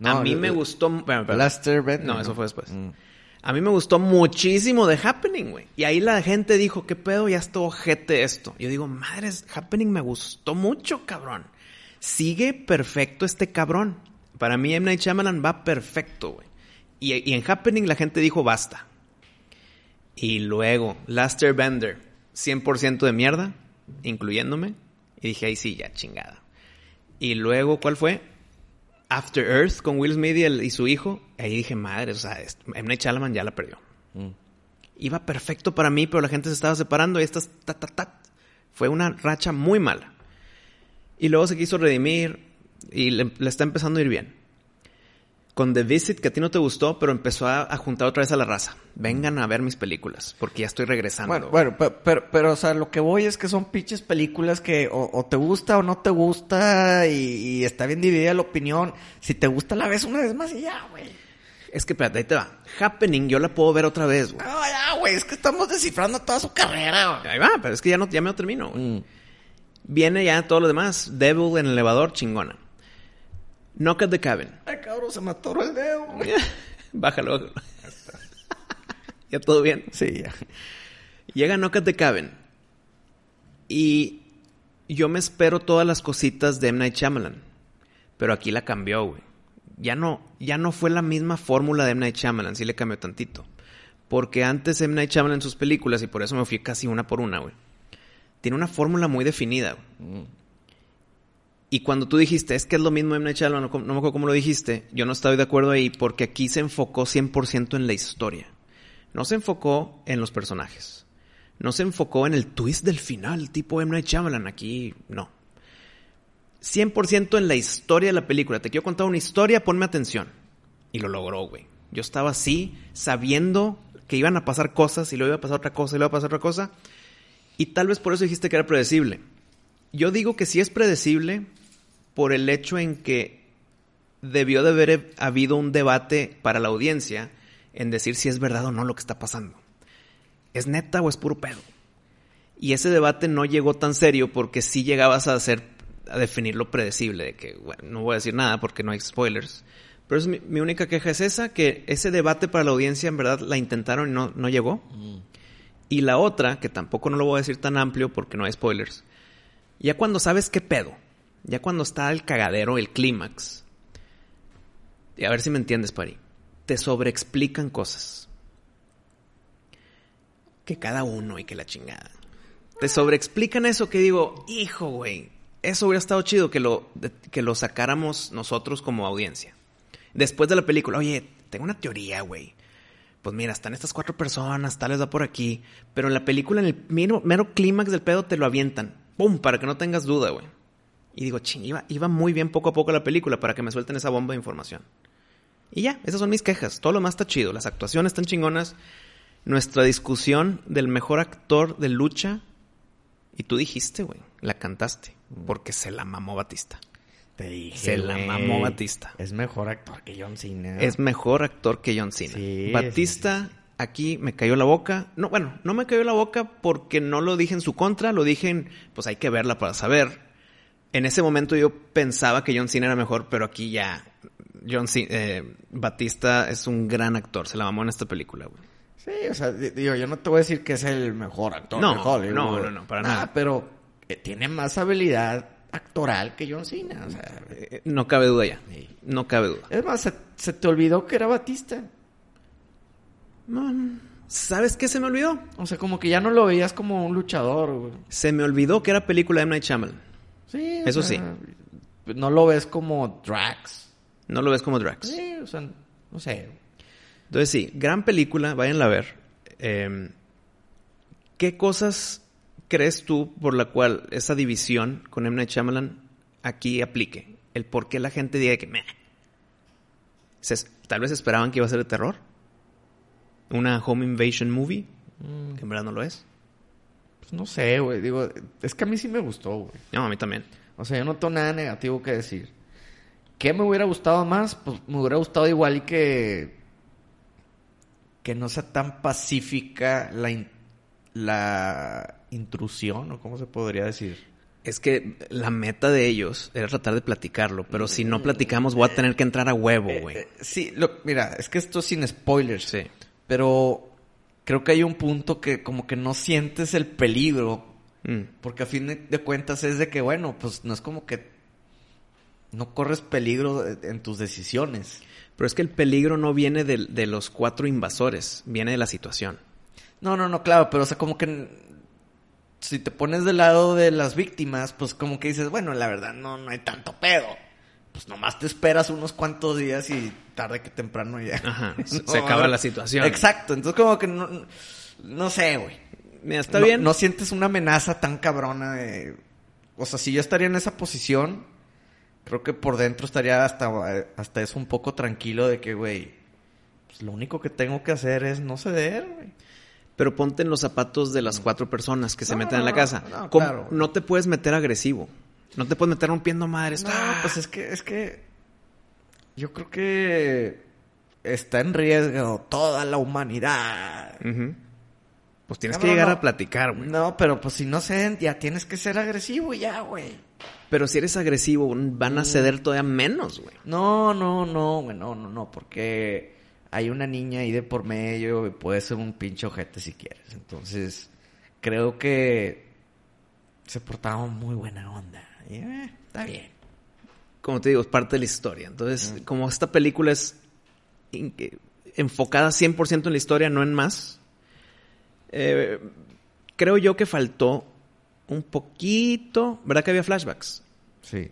Speaker 2: No,
Speaker 1: a mí
Speaker 2: la-
Speaker 1: me
Speaker 2: la-
Speaker 1: gustó... espérame, espérame.
Speaker 2: Blaster Bender,
Speaker 1: No,
Speaker 2: ¿no?
Speaker 1: eso fue después.
Speaker 2: Mm.
Speaker 1: A mí me gustó muchísimo The Happening, güey. Y ahí la gente dijo, ¿qué pedo? Ya está ojete esto. Yo digo, madres, Happening me gustó mucho, cabrón. Sigue perfecto este cabrón. Para mí M. Night Shyamalan va perfecto, güey. Y, y en Happening la gente dijo, basta. Y luego, Last Airbender, 100% de mierda, incluyéndome. Y dije, ahí sí, ya chingada. Y luego, ¿cuál fue? After Earth con Will Smith y, el- y su hijo. Ahí dije, madre, o sea, es- M. Night Shyamalan ya la perdió. Iba perfecto para mí, pero la gente se estaba separando y estas, ta, ta, ta. Fue una racha muy mala. Y luego se quiso redimir y le, le está empezando a ir bien. con The Visit, que a ti no te gustó, pero empezó a, a juntar otra vez a la raza. Vengan a ver mis películas, porque ya estoy regresando.
Speaker 2: Bueno, bueno, pe- pero, pero, o sea, lo que voy es que son pinches películas que o, o te gusta o no te gusta y, y está bien dividida la opinión. Si te gusta, la ves una vez más y ya, güey.
Speaker 1: Es que, espérate, ahí te va. Happening yo la puedo ver otra vez, güey.
Speaker 2: No, ya, güey, es que estamos descifrando toda su carrera, güey.
Speaker 1: Ahí va, pero es que ya, no, ya me lo termino, güey.
Speaker 2: Mm.
Speaker 1: Viene ya todo lo demás. Devil en el elevador, chingona. Knock at the Cabin.
Speaker 2: Ay, cabrón, se me atoró el dedo, güey.
Speaker 1: bájalo, bájalo. ya todo bien.
Speaker 2: Sí, ya.
Speaker 1: Llega Knock at the Cabin. Y yo me espero todas las cositas de M. Night Shyamalan. Pero aquí la cambió, güey. Ya no, ya no fue la misma fórmula de M. Night Shyamalan, sí le cambió tantito. Porque antes M. Night Shyamalan en sus películas, y por eso me fui casi una por una, güey. Tiene una fórmula muy definida, güey. Y cuando tú dijiste, es que es lo mismo M. Night Shyamalan, no, co- no me acuerdo cómo lo dijiste, yo no estaba de acuerdo ahí porque aquí se enfocó 100% en la historia. No se enfocó en los personajes. No se enfocó en el twist del final, tipo M. Night Shyamalan. Aquí, no. 100% en la historia de la película. Te quiero contar una historia, ponme atención. Y lo logró, güey. Yo estaba así, sabiendo que iban a pasar cosas, y luego iba a pasar otra cosa, y luego iba a pasar otra cosa. Y tal vez por eso dijiste que era predecible. Yo digo que sí es predecible por el hecho en que debió de haber he- habido un debate para la audiencia en decir si es verdad o no lo que está pasando. ¿Es neta o es puro pedo? Y ese debate no llegó tan serio porque sí llegabas a hacer, a definir lo predecible, de que, bueno, no voy a decir nada porque no hay spoilers. Pero es mi, mi única queja es esa, que ese debate para la audiencia en verdad la intentaron y no, no llegó. Y la otra, que tampoco no lo voy a decir tan amplio porque no hay spoilers, ya cuando sabes qué pedo, ya cuando está el cagadero, el clímax, y a ver si me entiendes, Pari, te sobreexplican cosas. Que cada uno y que la chingada. Te sobreexplican eso que digo, hijo, güey, eso hubiera estado chido que lo, de- que lo sacáramos nosotros como audiencia. Después de la película, oye, tengo una teoría, güey pues mira, están estas cuatro personas, tales da por aquí, pero en la película, en el mero, mero clímax del pedo, te lo avientan. ¡Pum! Para que no tengas duda, güey. Y digo, ching, iba, iba muy bien poco a poco la película para que me suelten esa bomba de información. Y ya, esas son mis quejas. Todo lo más está chido. Las actuaciones están chingonas. Nuestra discusión del mejor actor de lucha. Y tú dijiste, güey, la cantaste.
Speaker 2: Mm.
Speaker 1: Porque se la mamó Batista.
Speaker 2: Te dije.
Speaker 1: Se la
Speaker 2: güey.
Speaker 1: mamó Batista.
Speaker 2: Es mejor actor que John Cena.
Speaker 1: Es mejor actor que John Cena.
Speaker 2: Ah. Sí,
Speaker 1: Batista, aquí me cayó la boca. No, bueno, no me cayó la boca porque no lo dije en su contra, lo dije en, pues hay que verla para saber. En ese momento yo pensaba que John Cena era mejor, pero aquí ya. John Cena, eh, Batista es un gran actor, se la mamó en esta película, güey.
Speaker 2: Sí, o sea, di- digo, yo no te voy a decir que es el mejor actor
Speaker 1: No,
Speaker 2: de Hollywood.
Speaker 1: no,
Speaker 2: güey.
Speaker 1: no, no, para
Speaker 2: Nah,
Speaker 1: nada.
Speaker 2: pero eh, tiene más habilidad actoral que John Cena. O sea,
Speaker 1: Eh, No cabe duda ya.
Speaker 2: Sí.
Speaker 1: No cabe duda.
Speaker 2: es más, se, se te olvidó que era Batista.
Speaker 1: Mm, ¿Sabes qué se me olvidó?
Speaker 2: O sea, como que ya no lo veías como un luchador, güey.
Speaker 1: Se me olvidó que era película de M. Night Shyamalan.
Speaker 2: Sí. o
Speaker 1: Eso
Speaker 2: sea, No lo ves como Drax.
Speaker 1: No lo ves como Drax.
Speaker 2: Sí, o sea, no sé.
Speaker 1: Entonces sí, gran película, váyanla a ver. Eh, ¿Qué cosas crees tú por la cual esa división con M. Night Shyamalan aquí aplique? El por qué la gente diga que... "Meh". Se es- tal vez esperaban que iba a ser de terror. Una home invasion movie, que en verdad no lo es.
Speaker 2: Pues no sé, güey. Digo, es que a mí sí me gustó, güey.
Speaker 1: No, a mí también.
Speaker 2: O sea, yo no tengo nada negativo que decir. ¿Qué me hubiera gustado más? Pues me hubiera gustado igual y que. Que no sea tan pacífica la, in- la intrusión, o cómo se podría decir.
Speaker 1: Es que la meta de ellos era tratar de platicarlo, pero si no platicamos voy a tener que entrar a huevo, güey.
Speaker 2: Eh, sí, lo- mira, es que esto es sin spoilers.
Speaker 1: Sí.
Speaker 2: Pero creo que hay un punto que como que no sientes el peligro.
Speaker 1: Mm.
Speaker 2: Porque a fin de- de cuentas es de que, bueno, pues no es como que no corres peligro eh, en tus decisiones.
Speaker 1: Pero es que el peligro no viene del- de, los cuatro invasores, viene de la situación.
Speaker 2: No, no, no, claro, pero o sea, como que n- si te pones del lado de las víctimas, pues como que dices, bueno, la verdad no, no hay tanto pedo. Pues nomás te esperas unos cuantos días y tarde que temprano ya.
Speaker 1: Ajá, se-
Speaker 2: No,
Speaker 1: se acaba
Speaker 2: ahora-
Speaker 1: la situación.
Speaker 2: Exacto, entonces como que no, no sé, güey.
Speaker 1: Mira, está
Speaker 2: No-
Speaker 1: bien.
Speaker 2: No sientes una amenaza tan cabrona de... O sea, si yo estaría en esa posición, Creo que por dentro estaría hasta, hasta es un poco tranquilo de que, güey, pues lo único que tengo que hacer es no ceder, güey.
Speaker 1: Pero ponte en los zapatos de las cuatro personas que se
Speaker 2: No,
Speaker 1: meten en
Speaker 2: no,
Speaker 1: la
Speaker 2: no,
Speaker 1: casa.
Speaker 2: no,
Speaker 1: ¿Cómo-
Speaker 2: claro.
Speaker 1: no te puedes meter agresivo. No te puedes meter rompiendo madres.
Speaker 2: No,
Speaker 1: ¡Ah!
Speaker 2: pues es que, es que yo creo que está en riesgo toda la humanidad.
Speaker 1: Ujú. Pues tienes que
Speaker 2: Cabrón,
Speaker 1: llegar
Speaker 2: no.
Speaker 1: a platicar, güey.
Speaker 2: No, pero pues si no ceden, ya tienes que ser agresivo ya, güey.
Speaker 1: Pero si eres agresivo, van
Speaker 2: Mm.
Speaker 1: a ceder todavía menos, güey.
Speaker 2: No, no, no, güey, no, no, no, porque hay una niña ahí de por medio y puede ser un pinche ojete si quieres. Entonces, creo que se portaba muy buena onda. Y, eh, está bien.
Speaker 1: Como te digo, es parte de la historia. Entonces, como esta película es in- que- enfocada 100% en la historia, no en más, eh, creo yo que faltó un poquito, ¿verdad que había flashbacks?
Speaker 2: Sí.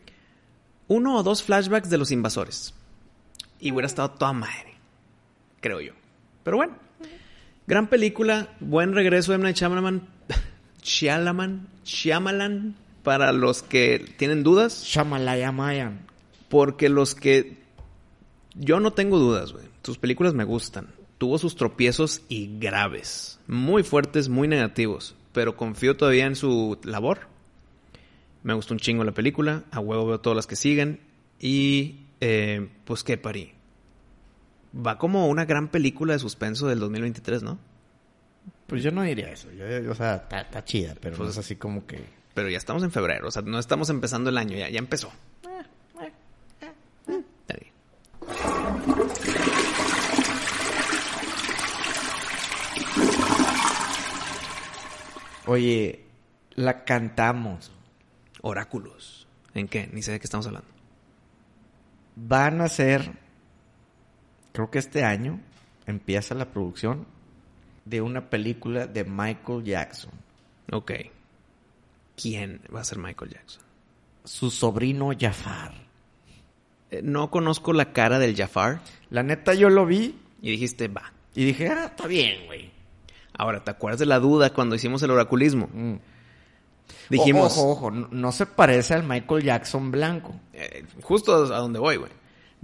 Speaker 1: Uno o dos flashbacks de los invasores. Y hubiera estado toda madre, creo yo. Pero bueno, gran película, buen regreso de M. Night Shyamalan, Shyamalan, Shyamalan, para los que tienen dudas.
Speaker 2: Shamalaya
Speaker 1: Porque los que. Yo no tengo dudas, güey. Tus películas me gustan. Tuvo sus tropiezos y graves. Muy fuertes, muy negativos. Pero confío todavía en su labor. Me gustó un chingo la película. A huevo veo todas las que siguen. Y. eh, pues qué parí. Va como una gran película de suspenso del 2023, ¿no?
Speaker 3: Pues yo no diría eso. Yo, yo- o sea, está, está chida, pero
Speaker 1: Pues
Speaker 3: no es así como que.
Speaker 1: Pero ya estamos en febrero. O sea, no estamos empezando el año. Ya, ya empezó. Está bien.
Speaker 2: Oye, la cantamos.
Speaker 1: Oráculos. ¿En qué? Ni sé de qué estamos hablando.
Speaker 2: Van a ser, creo que este año empieza la producción de una película de Michael Jackson.
Speaker 1: Ok. ¿Quién va a ser Michael Jackson?
Speaker 2: Su sobrino Jafar.
Speaker 1: Eh, no conozco la cara del Jafar
Speaker 2: La neta yo lo vi
Speaker 1: y dijiste, va.
Speaker 2: y dije, ah, está bien, güey.
Speaker 1: Ahora, ¿te acuerdas de la duda cuando hicimos el oraculismo? Dijimos,
Speaker 2: Ojo, ojo, no, mm". no se parece al Michael Jackson blanco.
Speaker 1: eh, justo a donde voy, güey.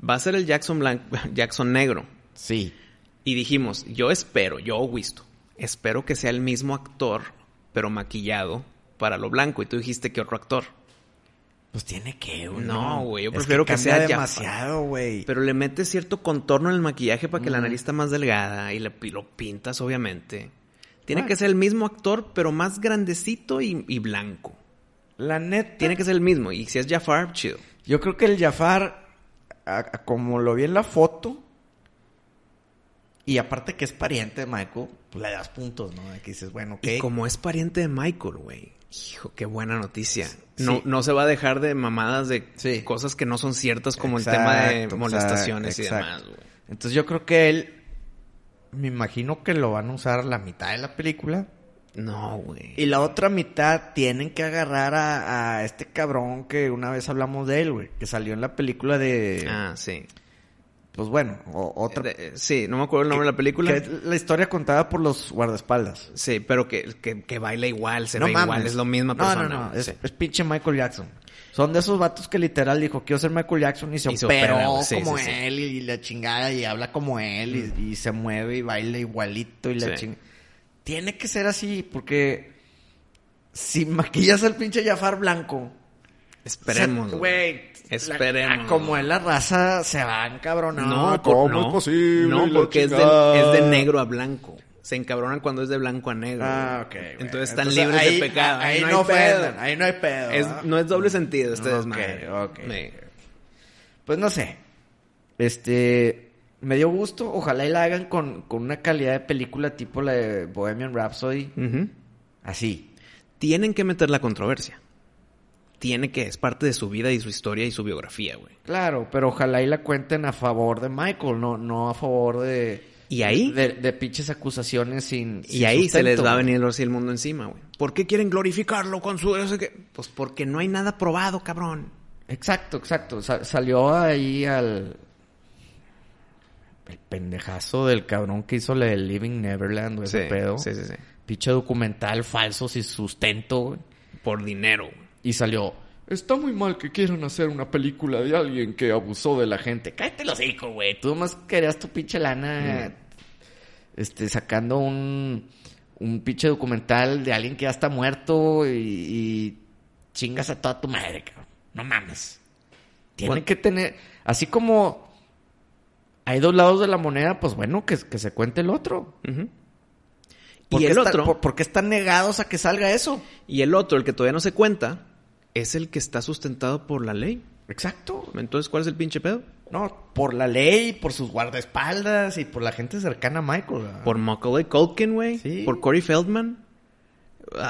Speaker 1: Va a ser el Jackson, blanco, Jackson negro.
Speaker 2: Sí.
Speaker 1: Y dijimos, yo espero, yo, Wisto, espero que sea el mismo actor, pero maquillado para lo blanco. Y tú dijiste que otro actor.
Speaker 2: Pues tiene que, güey.
Speaker 1: No, güey, yo
Speaker 2: Es
Speaker 1: prefiero que
Speaker 2: cambia
Speaker 1: sea Jafar.
Speaker 2: demasiado, güey.
Speaker 1: Pero le metes cierto contorno en el maquillaje para que
Speaker 2: Mm.
Speaker 1: la nariz está más delgada y le, pi- lo pintas, obviamente. Tiene
Speaker 2: Bueno.
Speaker 1: que ser el mismo actor, pero más grandecito y, y blanco.
Speaker 2: La neta.
Speaker 1: Tiene que ser el mismo. Y si es Jafar, chido.
Speaker 2: Yo creo que el Jafar, a- a como lo vi en la foto, y aparte que es pariente de Michael, pues le das puntos, ¿no? Aquí dices, bueno, ok.
Speaker 1: Y como es pariente de Michael, güey. Hijo, qué buena noticia. No,
Speaker 2: Sí.
Speaker 1: no se va a dejar de mamadas de
Speaker 2: Sí.
Speaker 1: cosas que no son ciertas, como el tema de
Speaker 2: Exacto,
Speaker 1: molestaciones
Speaker 2: exacto.
Speaker 1: y demás, güey.
Speaker 2: Entonces yo creo que él, me imagino que lo van a usar la mitad de la película.
Speaker 1: No, güey.
Speaker 2: Y la otra mitad tienen que agarrar a, a este cabrón que una vez hablamos de él, güey. Que salió en la película de...
Speaker 1: Ah, sí.
Speaker 2: Pues bueno, o- otra...
Speaker 1: Eh, eh, Sí, no me acuerdo el nombre de la película.
Speaker 2: que es la historia contada por los guardaespaldas.
Speaker 1: Sí, pero que, que, que baila igual, se ve este, igual,
Speaker 2: mames.
Speaker 1: es la misma
Speaker 2: No,
Speaker 1: persona.
Speaker 2: No, no,
Speaker 1: güey.
Speaker 2: es,
Speaker 1: Sí.
Speaker 2: es pinche Michael Jackson. Son de esos vatos que literal dijo, quiero ser Michael Jackson y se,
Speaker 1: Y se
Speaker 2: operó
Speaker 1: opera, güey. Sí,
Speaker 2: como
Speaker 1: sí, sí.
Speaker 2: él y la chingada y habla como él y, y se mueve y baila igualito y la
Speaker 1: Sí.
Speaker 2: chingada. Tiene que ser así porque si maquillas al pinche Jafar blanco, o sea,
Speaker 1: Esperemos.
Speaker 2: güey.
Speaker 1: Esperemos.
Speaker 2: la- como es la raza, se van cabronados.
Speaker 1: No, por- no, No, porque es de, es de negro a blanco. Se encabronan cuando es de blanco a negro.
Speaker 2: Ah, ok.
Speaker 1: güey.
Speaker 2: güey.
Speaker 1: Entonces están libres
Speaker 2: ahí- ah,
Speaker 1: de pecado.
Speaker 2: Ahí, no,
Speaker 1: hay pedo.
Speaker 2: ofendan, ahí no hay pedo.
Speaker 1: Es-
Speaker 2: ¿ah?
Speaker 1: no es doble sentido este
Speaker 2: Ok,
Speaker 1: desmadre.
Speaker 2: ok.
Speaker 1: Me-
Speaker 2: Pues no sé. Este. Me dio gusto. Ojalá y la hagan con, con una calidad de película tipo la de Bohemian Rhapsody.
Speaker 1: Ujú.
Speaker 2: Así.
Speaker 1: Tienen que meter la controversia. Tiene que, es parte de su vida y su historia y su biografía, güey.
Speaker 2: Claro, pero ojalá y la cuenten a favor de Michael, no, no a favor de.
Speaker 1: ¿Y ahí?
Speaker 2: De, de pinches acusaciones sin.
Speaker 1: Y
Speaker 2: sin
Speaker 1: ahí se les
Speaker 2: sustento,
Speaker 1: va a
Speaker 2: güey.
Speaker 1: venir el orsi del mundo encima, güey. ¿Por qué quieren glorificarlo con su... no sé qué? Pues porque no hay nada probado, cabrón.
Speaker 2: Exacto, exacto. Sa- salió ahí al. El pendejazo del cabrón que hizo la de Living Neverland, güey, ese pedo.
Speaker 1: sí, sí, sí.
Speaker 2: Pinche documental falso sin sustento, güey.
Speaker 1: Por dinero, güey.
Speaker 2: Y salió,
Speaker 4: Está muy mal que quieran hacer una película de alguien que abusó de la gente.
Speaker 2: Cállate los hocico, güey. Tú nomás querías tu pinche
Speaker 1: Mm.
Speaker 2: lana este, sacando un, un pinche documental de alguien que ya está muerto y, y chingas a toda tu madre, cabrón. No mames. Tienen
Speaker 1: Bueno.
Speaker 2: que tener. Así como hay dos lados de la moneda, pues bueno, que, que se cuente el otro.
Speaker 1: Ujú.
Speaker 2: ¿Por
Speaker 1: Y
Speaker 2: qué
Speaker 1: el
Speaker 2: está-
Speaker 1: otro,
Speaker 2: por- ¿Por qué están negados a que salga eso?
Speaker 1: y el otro, el que todavía no se cuenta, es el que está sustentado por la ley.
Speaker 2: Exacto.
Speaker 1: Entonces, ¿cuál es el pinche pedo?
Speaker 2: No, por la ley, por sus guardaespaldas y por la gente cercana a Michael. ¿verdad?
Speaker 1: Por Macaulay Culkin, güey.
Speaker 2: Ah. Sí.
Speaker 1: Por Corey Feldman.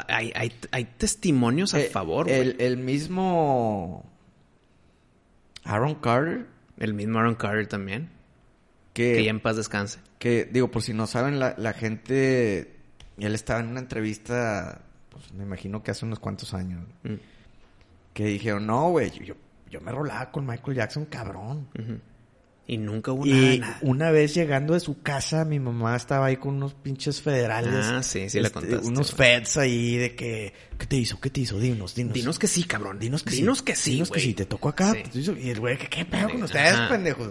Speaker 1: Hay, hay- hay testimonios a
Speaker 2: Eh,
Speaker 1: favor, güey.
Speaker 2: el, el mismo Aaron Carter,
Speaker 1: El mismo Aaron Carter también.
Speaker 2: que,
Speaker 1: Que ya en paz descanse.
Speaker 2: que, digo, por si no saben, la, la gente, él estaba en una entrevista, pues me imagino que hace unos cuantos años,
Speaker 1: Mm.
Speaker 2: que dijeron, no, güey, yo, yo me rolaba con Michael Jackson, cabrón.
Speaker 1: Ujú. Y nunca hubo nada de
Speaker 2: Y
Speaker 1: nada.
Speaker 2: una vez llegando de su casa, mi mamá estaba ahí con unos pinches federales. Este,
Speaker 1: Ah, sí, sí la contaste,
Speaker 2: Unos feds ahí de que, ¿qué te hizo? ¿Qué te hizo? Dinos, dinos.
Speaker 1: Dinos que sí, cabrón.
Speaker 2: Dinos que
Speaker 1: que
Speaker 2: sí.
Speaker 1: sí,
Speaker 2: Dinos que
Speaker 1: güey.
Speaker 2: sí, te tocó acá.
Speaker 1: Sí.
Speaker 2: te hizo- Y el güey, ¿qué, qué pedo con
Speaker 1: Ajá.
Speaker 2: ustedes, pendejos?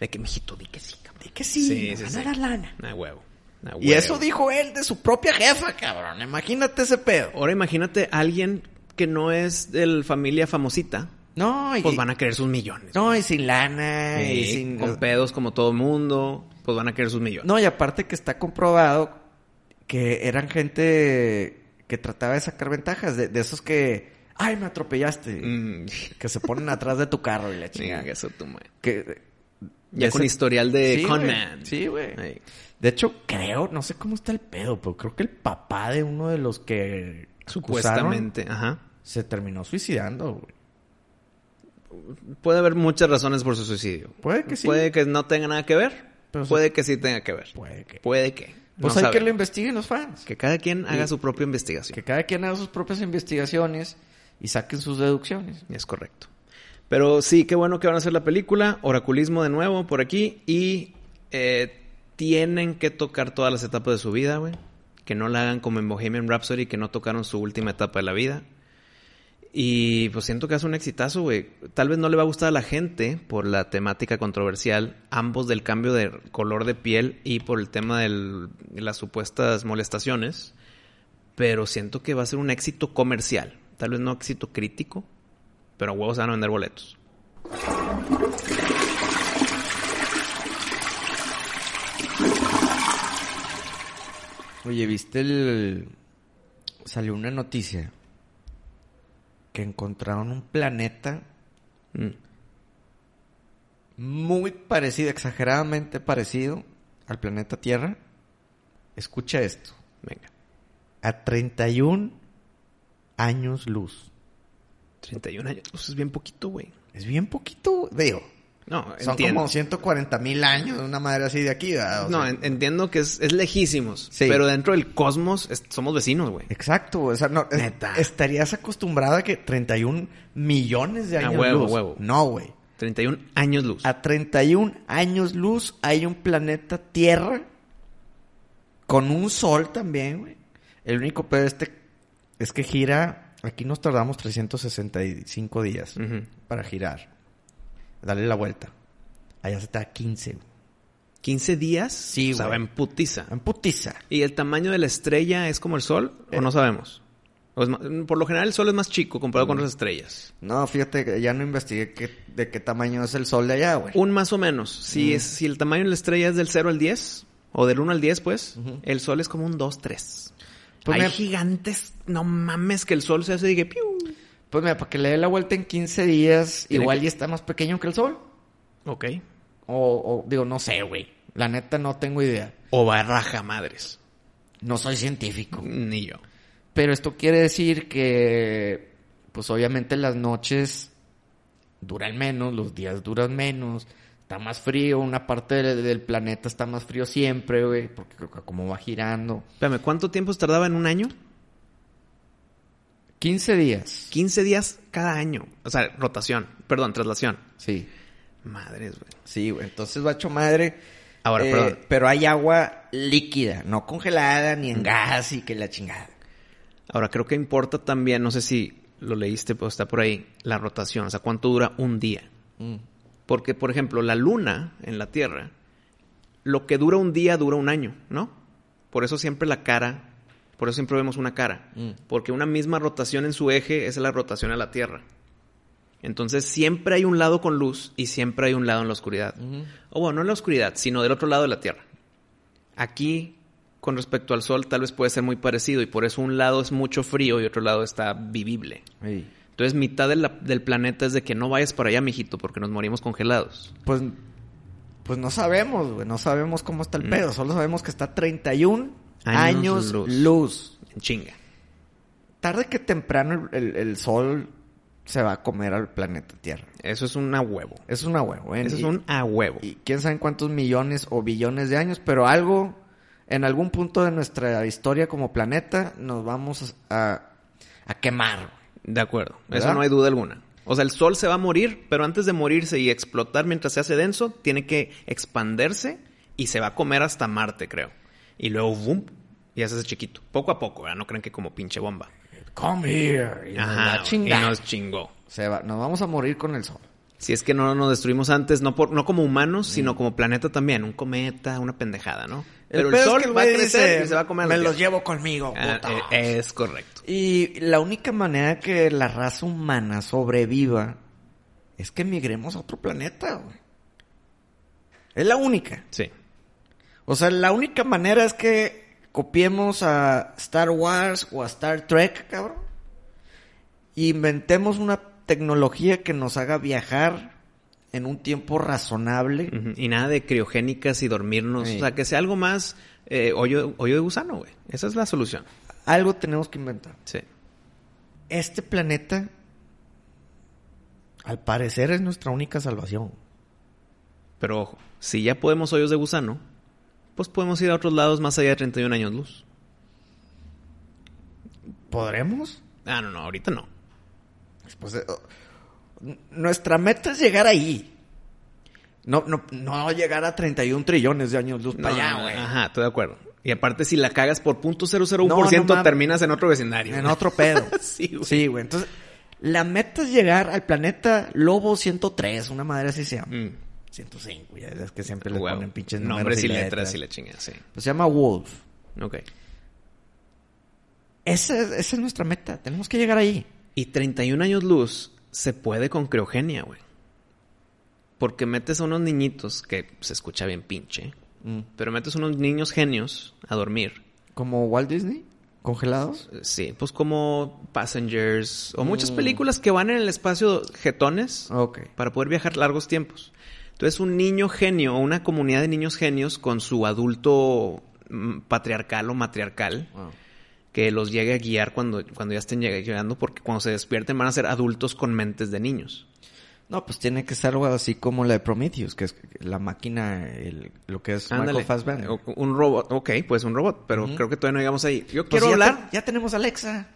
Speaker 1: De que, mijito, di que sí, cabrón.
Speaker 2: Di que sí,
Speaker 1: Sí,
Speaker 2: nos
Speaker 1: sí,
Speaker 2: van
Speaker 1: sí.
Speaker 2: a dar lana.
Speaker 1: Ah, huevo. Ah,
Speaker 2: Y eso
Speaker 1: huevo.
Speaker 2: dijo él de su propia jefa, cabrón. Imagínate ese pedo.
Speaker 1: Ahora imagínate a alguien que no es de familia famosita.
Speaker 2: No, y,
Speaker 1: Pues van a querer sus millones.
Speaker 2: no, y sin lana, y
Speaker 1: Sí,
Speaker 2: sin...
Speaker 1: con pedos como todo mundo. Pues van a querer sus millones.
Speaker 2: No, y aparte que está comprobado que eran gente que trataba de sacar ventajas, de, de esos que, ay, me atropellaste,
Speaker 1: Mm,
Speaker 2: que se ponen atrás de tu carro y la
Speaker 1: chinga,
Speaker 2: chingada.
Speaker 1: eso tú, madre.
Speaker 2: Que,
Speaker 1: Ya
Speaker 2: Ese-
Speaker 1: con historial de
Speaker 2: Sí, güey.
Speaker 1: Conman.
Speaker 2: Sí, güey.
Speaker 1: Ahí.
Speaker 2: de hecho, creo, no sé cómo está el pedo, pero creo que el papá de uno de los que acusaron
Speaker 1: Supuestamente, ajá.
Speaker 2: se terminó suicidando, güey.
Speaker 1: Puede haber muchas razones por su suicidio.
Speaker 2: Puede que sí.
Speaker 1: Puede que no tenga nada que ver.
Speaker 2: Pero
Speaker 1: puede que sí tenga que ver.
Speaker 2: Puede que.
Speaker 1: Puede que.
Speaker 2: Pues
Speaker 1: No
Speaker 2: hay que lo
Speaker 1: sabemos.
Speaker 2: investiguen los fans.
Speaker 1: Que cada quien haga
Speaker 2: Sí.
Speaker 1: su propia investigación.
Speaker 2: que cada quien haga sus propias investigaciones y saquen sus deducciones.
Speaker 1: Es correcto. Pero sí, qué bueno que van a hacer la película. Oraculismo de nuevo por aquí. Y eh, tienen que tocar todas las etapas de su vida, güey. Que no la hagan como en Bohemian Rhapsody, que no tocaron su última etapa de la vida. Y pues siento que hace un exitazo, güey. Tal vez no le va a gustar a la gente por la temática controversial, ambos del cambio de color de piel y por el tema del- de las supuestas molestaciones. Pero siento que va a ser un éxito comercial. Tal vez no éxito crítico, pero a huevos se van a vender boletos.
Speaker 2: Oye, ¿viste el... Salió una noticia que encontraron un planeta
Speaker 1: Mm.
Speaker 2: muy parecido, exageradamente parecido al planeta Tierra. Escucha esto.
Speaker 1: Venga.
Speaker 2: A 31 años luz.
Speaker 1: 31 años. Pues es bien poquito, güey.
Speaker 2: Es bien poquito, digo.
Speaker 1: No,
Speaker 2: Son
Speaker 1: entiendo.
Speaker 2: como 140 mil años, una madre así de aquí. ¿verdad? O
Speaker 1: No,
Speaker 2: sea,
Speaker 1: en- entiendo que es, es lejísimos.
Speaker 2: Sí.
Speaker 1: Pero dentro del cosmos es- somos vecinos, güey.
Speaker 2: Exacto, o sea, no, es-
Speaker 1: Neta.
Speaker 2: estarías acostumbrada a que 31 millones de
Speaker 1: A
Speaker 2: años
Speaker 1: huevo,
Speaker 2: luz.
Speaker 1: huevo.
Speaker 2: No, güey.
Speaker 1: 31 años luz.
Speaker 2: A 31 años luz hay un planeta Tierra con un sol también, güey. El único pedo este es que gira, aquí nos tardamos 365 días
Speaker 1: Ujú.
Speaker 2: para girar. Dale la vuelta. Allá se te da 15, güey.
Speaker 1: 15 días.
Speaker 2: Sí,
Speaker 1: O sea,
Speaker 2: güey.
Speaker 1: va en putiza.
Speaker 2: En putiza.
Speaker 1: ¿Y el tamaño de la estrella es como el sol?
Speaker 2: Eh.
Speaker 1: ¿O no sabemos? O es ma- por lo general el sol es más chico comparado
Speaker 2: Mm.
Speaker 1: con otras estrellas.
Speaker 2: No, fíjate, que ya no investigué qué- de qué tamaño es el sol de allá, güey.
Speaker 1: Un más o menos.
Speaker 2: Mm.
Speaker 1: Si, es, si el tamaño de la estrella es del 0 al 10, o del 1 al 10, pues, el sol es como un 2, 3.
Speaker 2: Pues
Speaker 1: Hay
Speaker 2: me-
Speaker 1: gigantes, no mames, que el sol se hace y que piu.
Speaker 2: Pues mira, para que le dé la vuelta en 15 días,
Speaker 1: Tiene
Speaker 2: igual
Speaker 1: que-
Speaker 2: ya está más pequeño que el sol.
Speaker 1: Ok.
Speaker 2: O, o, digo, no sé, güey. La neta no tengo idea.
Speaker 1: O barraja madres.
Speaker 2: No soy científico.
Speaker 1: Ni yo.
Speaker 2: Pero esto quiere decir que, pues obviamente las noches duran menos, los días duran menos, está más frío, una parte del, del planeta está más frío siempre, güey, porque c- como va girando.
Speaker 1: Espérame, ¿cuánto tiempo se tardaba en un año?
Speaker 2: 15 días.
Speaker 1: 15 días cada año. O sea, rotación. Perdón, traslación.
Speaker 2: Sí.
Speaker 1: Madres, güey.
Speaker 2: Sí, güey. Entonces va hecho madre.
Speaker 1: Ahora,
Speaker 2: Eh,
Speaker 1: perdón.
Speaker 2: Pero hay agua líquida,
Speaker 1: Mm.
Speaker 2: no congelada, ni en gas y que la chingada.
Speaker 1: Ahora, creo que importa también, no sé si lo leíste, pues está por ahí, la rotación, o sea, cuánto dura un día.
Speaker 2: Mm,
Speaker 1: Porque, por ejemplo, la luna en la Tierra, lo que dura un día dura un año, ¿no? Por eso siempre la cara, por eso siempre vemos una cara,
Speaker 2: mm,
Speaker 1: porque una misma rotación en su eje es la rotación a la Tierra. Entonces siempre hay un lado con luz y siempre hay un lado en la oscuridad.
Speaker 2: mm.
Speaker 1: O bueno, no en la oscuridad, sino del otro lado de la Tierra. Aquí, con respecto al Sol, tal vez puede ser muy parecido y por eso un lado es mucho frío y otro lado está vivible. Entonces mitad de la- del planeta es de que no vayas para allá, mijito, porque nos morimos congelados.
Speaker 2: Pues, pues no sabemos, güey. No sabemos cómo está el pedo. Solo sabemos que está 31
Speaker 1: Mm. Años
Speaker 2: años,
Speaker 1: luz.
Speaker 2: luz.
Speaker 1: En chinga.
Speaker 2: Tarde que temprano el, el- el sol se va a comer al planeta Tierra.
Speaker 1: Eso es un a huevo.
Speaker 2: Es una huevo, güey.
Speaker 1: Eso es
Speaker 2: Y-
Speaker 1: un a huevo.
Speaker 2: y quién sabe cuántos millones o billones de años, pero algo, en algún punto de nuestra historia como planeta, nos vamos a, a quemar. güey.
Speaker 1: De acuerdo.
Speaker 2: ¿Verdad?
Speaker 1: Eso no hay duda alguna. O sea, el sol se va a morir, pero antes de morirse y explotar mientras se hace denso, tiene que expanderse y se va a comer hasta Marte, creo. Y luego, boom, y se hace chiquito. Poco a poco, ¿verdad? No crean que como pinche bomba.
Speaker 2: Come here. Y nos va a
Speaker 1: Ajá. Y
Speaker 2: chingar.
Speaker 1: nos chingó.
Speaker 2: Se va- nos vamos a morir con el sol.
Speaker 1: Si es que no nos destruimos antes, no, por, no como humanos,
Speaker 2: Mm.
Speaker 1: sino como planeta también. Un cometa, una pendejada, ¿no? Pero el,
Speaker 2: pedo es
Speaker 1: sol
Speaker 2: que
Speaker 1: va a
Speaker 2: güey
Speaker 1: crecer
Speaker 2: dice,
Speaker 1: y se va a comer a la
Speaker 2: Me los
Speaker 1: Tierra".
Speaker 2: llevo conmigo,
Speaker 1: Ah,
Speaker 2: puta.
Speaker 1: eh, Es correcto.
Speaker 2: Y la única manera que la raza humana sobreviva es que migremos a otro planeta, güey. Es la única.
Speaker 1: Sí.
Speaker 2: O sea, la única manera es que copiemos a Star Wars o a Star Trek, cabrón. E inventemos una tecnología que nos haga viajar en un tiempo razonable.
Speaker 1: Ujú, Y nada de criogénicas y dormirnos.
Speaker 2: Sí.
Speaker 1: O sea, que sea algo más eh, hoyo, hoyo de gusano, güey. Esa es la solución.
Speaker 2: Algo tenemos que inventar.
Speaker 1: Sí.
Speaker 2: Este planeta, al parecer, es nuestra única salvación.
Speaker 1: Pero ojo, si ya podemos hoyos de gusano, pues podemos ir a otros lados más allá de 31 años luz.
Speaker 2: ¿Podremos?
Speaker 1: Ah, no, no, ahorita no.
Speaker 2: Pues, eh, oh, n- nuestra meta es llegar ahí. No, no, no llegar a 31 trillones de años luz
Speaker 1: No,
Speaker 2: para allá,
Speaker 1: no,
Speaker 2: güey.
Speaker 1: Ajá, estoy de acuerdo. Y aparte, si la cagas por
Speaker 2: No, no
Speaker 1: 0.001%,
Speaker 2: mames.
Speaker 1: terminas en otro vecindario.
Speaker 2: En
Speaker 1: güey.
Speaker 2: otro pedo.
Speaker 1: Sí, güey.
Speaker 2: Entonces, la meta es llegar al planeta Lobo 103, una madre así se llama.
Speaker 1: Mm,
Speaker 2: 105, ya es que siempre le
Speaker 1: huevo.
Speaker 2: ponen pinches
Speaker 1: Nombres y letras y la chingada, sí.
Speaker 2: Pues se llama Wolf.
Speaker 1: Ok.
Speaker 2: Esa, es- esa es nuestra meta, tenemos que llegar ahí.
Speaker 1: Y 31 años luz se puede con criogenia, güey. Porque metes a unos niñitos, que se escucha bien pinche, pero metes a unos niños genios a dormir.
Speaker 2: Como Walt Disney, congelados.
Speaker 1: Eh, Sí, pues como Passengers o muchas películas que van en el espacio jetones
Speaker 2: Ok.
Speaker 1: para poder viajar largos tiempos. Entonces un niño genio o una comunidad de niños genios con su adulto mm, patriarcal o matriarcal que los llegue a guiar cuando, cuando ya estén lleg- llegando porque cuando se despierten van a ser adultos con mentes de niños.
Speaker 2: No, pues tiene que ser algo así como la de Prometheus, que es la máquina, el- lo que es
Speaker 1: Ándale.
Speaker 2: Michael Fassbender.
Speaker 1: O- Un robot, ok, pues un robot, pero creo que todavía no llegamos ahí. Yo
Speaker 2: Pues
Speaker 1: quiero
Speaker 2: ya te-
Speaker 1: hablar,
Speaker 2: ya tenemos Alexa.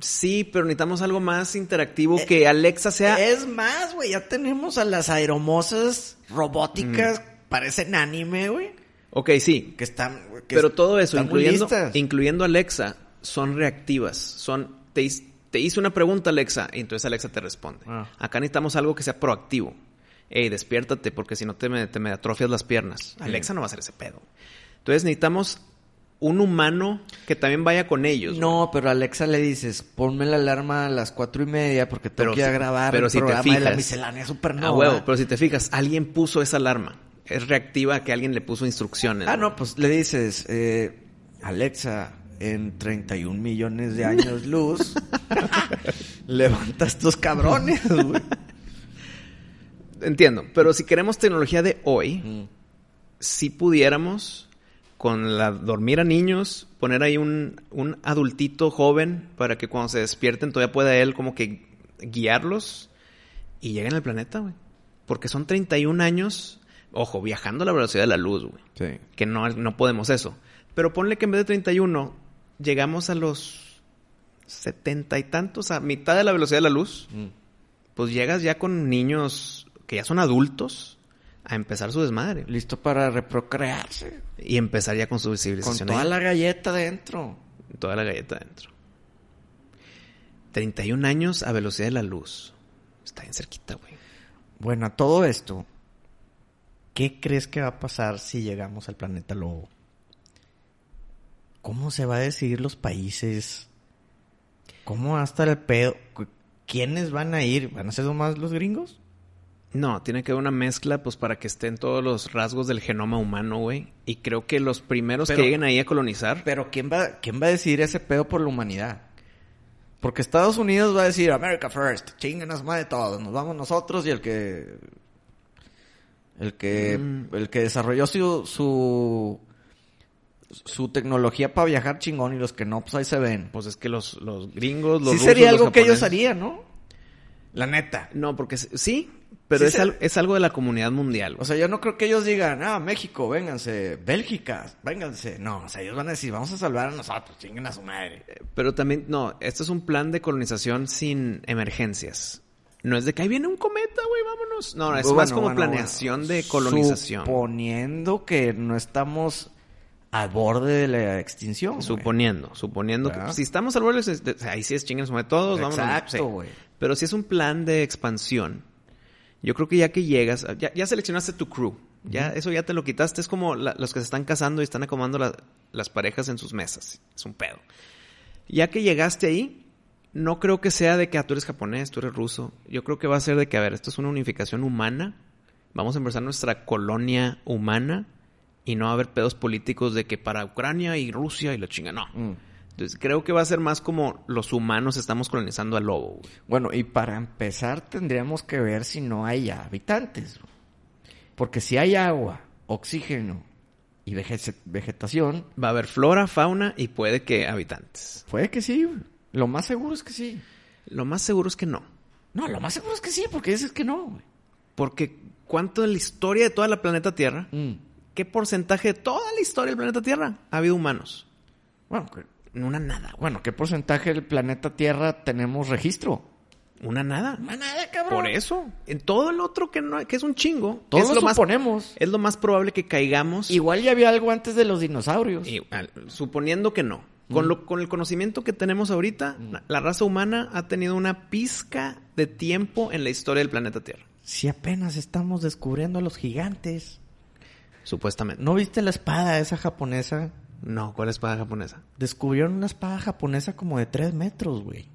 Speaker 1: sí, pero necesitamos algo más interactivo que Alexa sea...
Speaker 2: Eh, Es más, güey, ya tenemos a las aeromosas robóticas, parecen anime, güey.
Speaker 1: Ok, sí,
Speaker 2: Que están. güey, que
Speaker 1: Pero
Speaker 2: es-
Speaker 1: todo eso,
Speaker 2: están muy
Speaker 1: incluyendo,
Speaker 2: listas.
Speaker 1: incluyendo Alexa, son reactivas. Son, te, his- te hice una pregunta, Alexa, y entonces Alexa te responde.
Speaker 2: Ah.
Speaker 1: Acá necesitamos algo que sea proactivo. Ey, despiértate, porque si no te me, te me atrofias las piernas. Alexa no va a hacer ese pedo. Entonces necesitamos un humano que también vaya con ellos. güey.
Speaker 2: No, pero a Alexa le dices, ponme la alarma a las cuatro y media porque tengo
Speaker 1: Pero
Speaker 2: que ir a
Speaker 1: si-
Speaker 2: grabar
Speaker 1: pero
Speaker 2: el
Speaker 1: si te
Speaker 2: programa de la
Speaker 1: fijas-
Speaker 2: miscelánea
Speaker 1: A
Speaker 2: supernova.
Speaker 1: huevo, pero si te fijas, alguien puso esa alarma. Es reactiva a que alguien le puso instrucciones.
Speaker 2: Ah,
Speaker 1: güey.
Speaker 2: no, pues le dices, eh, Alexa, en 31 millones de años luz, levanta estos cabrones, güey.
Speaker 1: Entiendo, pero si queremos tecnología de hoy, si pudiéramos con la dormir a niños, poner ahí un, un adultito joven para que cuando se despierten todavía pueda él como que guiarlos y lleguen al planeta, güey. Porque son 31 años, ojo, viajando a la velocidad de la luz, güey.
Speaker 2: Sí.
Speaker 1: Que no, no podemos eso. Pero ponle que en vez de 31, llegamos a los setenta y tantos, a mitad de la velocidad de la luz. Pues llegas ya con niños que ya son adultos a empezar su desmadre.
Speaker 2: Listo para reprocrearse.
Speaker 1: Y empezar ya con su
Speaker 2: Con
Speaker 1: civilización.
Speaker 2: toda
Speaker 1: ahí.
Speaker 2: la galleta dentro.
Speaker 1: Toda la galleta adentro. 31 años a velocidad de la luz. Está bien cerquita, güey.
Speaker 2: Bueno, a todo esto, ¿qué crees que va a pasar si llegamos al planeta lobo? ¿Cómo se va a decidir los países? ¿Cómo va a estar el pedo? ¿Cu- ¿Quiénes van a ir? ¿Van a ser nomás los gringos?
Speaker 1: No, tiene que haber una mezcla, pues, para que estén todos los rasgos del genoma humano, güey. Y creo que los primeros
Speaker 2: Pero-
Speaker 1: que lleguen ahí a colonizar.
Speaker 2: Pero ¿quién va, ¿quién va a decidir ese pedo por la humanidad? Porque Estados Unidos va a decir America first, chinganos más de todos, nos vamos nosotros y el que el que el que desarrolló su su su tecnología para viajar chingón y los que no pues ahí se ven.
Speaker 1: Pues es que los, los gringos, los
Speaker 2: sí
Speaker 1: rusos,
Speaker 2: sería
Speaker 1: los
Speaker 2: algo que ellos
Speaker 1: japoneses-
Speaker 2: harían, ¿no? La neta.
Speaker 1: No, porque s- sí, pero
Speaker 2: Sí
Speaker 1: es,
Speaker 2: se-
Speaker 1: al- es algo de la comunidad mundial.
Speaker 2: O sea, yo no creo que ellos digan, ah, México, vénganse, Bélgica, vénganse. No, o sea, ellos van a decir, vamos a salvar a nosotros, chinguen a su madre.
Speaker 1: Pero también, no, esto es un plan de colonización sin emergencias. No es de que ahí viene un cometa, güey, vámonos. No, es
Speaker 2: Pues Bueno,
Speaker 1: más como
Speaker 2: bueno,
Speaker 1: planeación
Speaker 2: bueno.
Speaker 1: de colonización.
Speaker 2: Suponiendo que no estamos al borde de la extinción. güey.
Speaker 1: Suponiendo, suponiendo que
Speaker 2: ¿Verdad?
Speaker 1: si estamos al borde, de- de- ahí sí es chinguenos de todos, pues, vámonos.
Speaker 2: Exacto,
Speaker 1: sí.
Speaker 2: güey.
Speaker 1: Pero si es un plan de expansión, yo creo que ya que llegas, ya, ya seleccionaste tu crew, ya eso ya te lo quitaste, es como la- los que se están casando y están acomodando la- las parejas en sus mesas, es un pedo. Ya que llegaste ahí, no creo que sea de que ah, tú eres japonés, tú eres ruso, yo creo que va a ser de que, a ver, esto es una unificación humana, vamos a empezar nuestra colonia humana y no va a haber pedos políticos de que para Ucrania y Rusia y la chinga, no.
Speaker 2: Mm.
Speaker 1: Entonces creo que va a ser más como los humanos estamos colonizando al lobo, güey.
Speaker 2: Bueno, y para empezar tendríamos que ver si no hay habitantes. güey. Porque si hay agua, oxígeno y vege- vegetación,
Speaker 1: Va a haber flora, fauna y puede que habitantes.
Speaker 2: puede que sí. güey. Lo más seguro es que sí.
Speaker 1: Lo más seguro es que no.
Speaker 2: No, lo más seguro es que sí, porque dices que no, güey.
Speaker 1: Porque cuánto en la historia de toda la planeta Tierra,
Speaker 2: Mm.
Speaker 1: ¿qué porcentaje de toda la historia del planeta Tierra ha habido humanos?
Speaker 2: Bueno, que-
Speaker 1: Una nada, güey.
Speaker 2: bueno, ¿qué porcentaje del planeta Tierra tenemos registro?
Speaker 1: Una nada.
Speaker 2: Nada, cabrón.
Speaker 1: Por eso. En todo el otro que no, que es un chingo.
Speaker 2: Todos
Speaker 1: es
Speaker 2: lo, suponemos.
Speaker 1: más es lo más probable que caigamos.
Speaker 2: Igual ya había algo antes de los dinosaurios.
Speaker 1: Y, al- suponiendo que no. Con,
Speaker 2: Mm.
Speaker 1: lo, con el conocimiento que tenemos ahorita, la, la raza humana ha tenido una pizca de tiempo en la historia del planeta Tierra.
Speaker 2: Si apenas estamos descubriendo a los gigantes.
Speaker 1: Supuestamente.
Speaker 2: ¿No viste la espada esa japonesa?
Speaker 1: No, ¿cuál espada japonesa?
Speaker 2: Descubrieron una espada japonesa como de 3 metros, güey.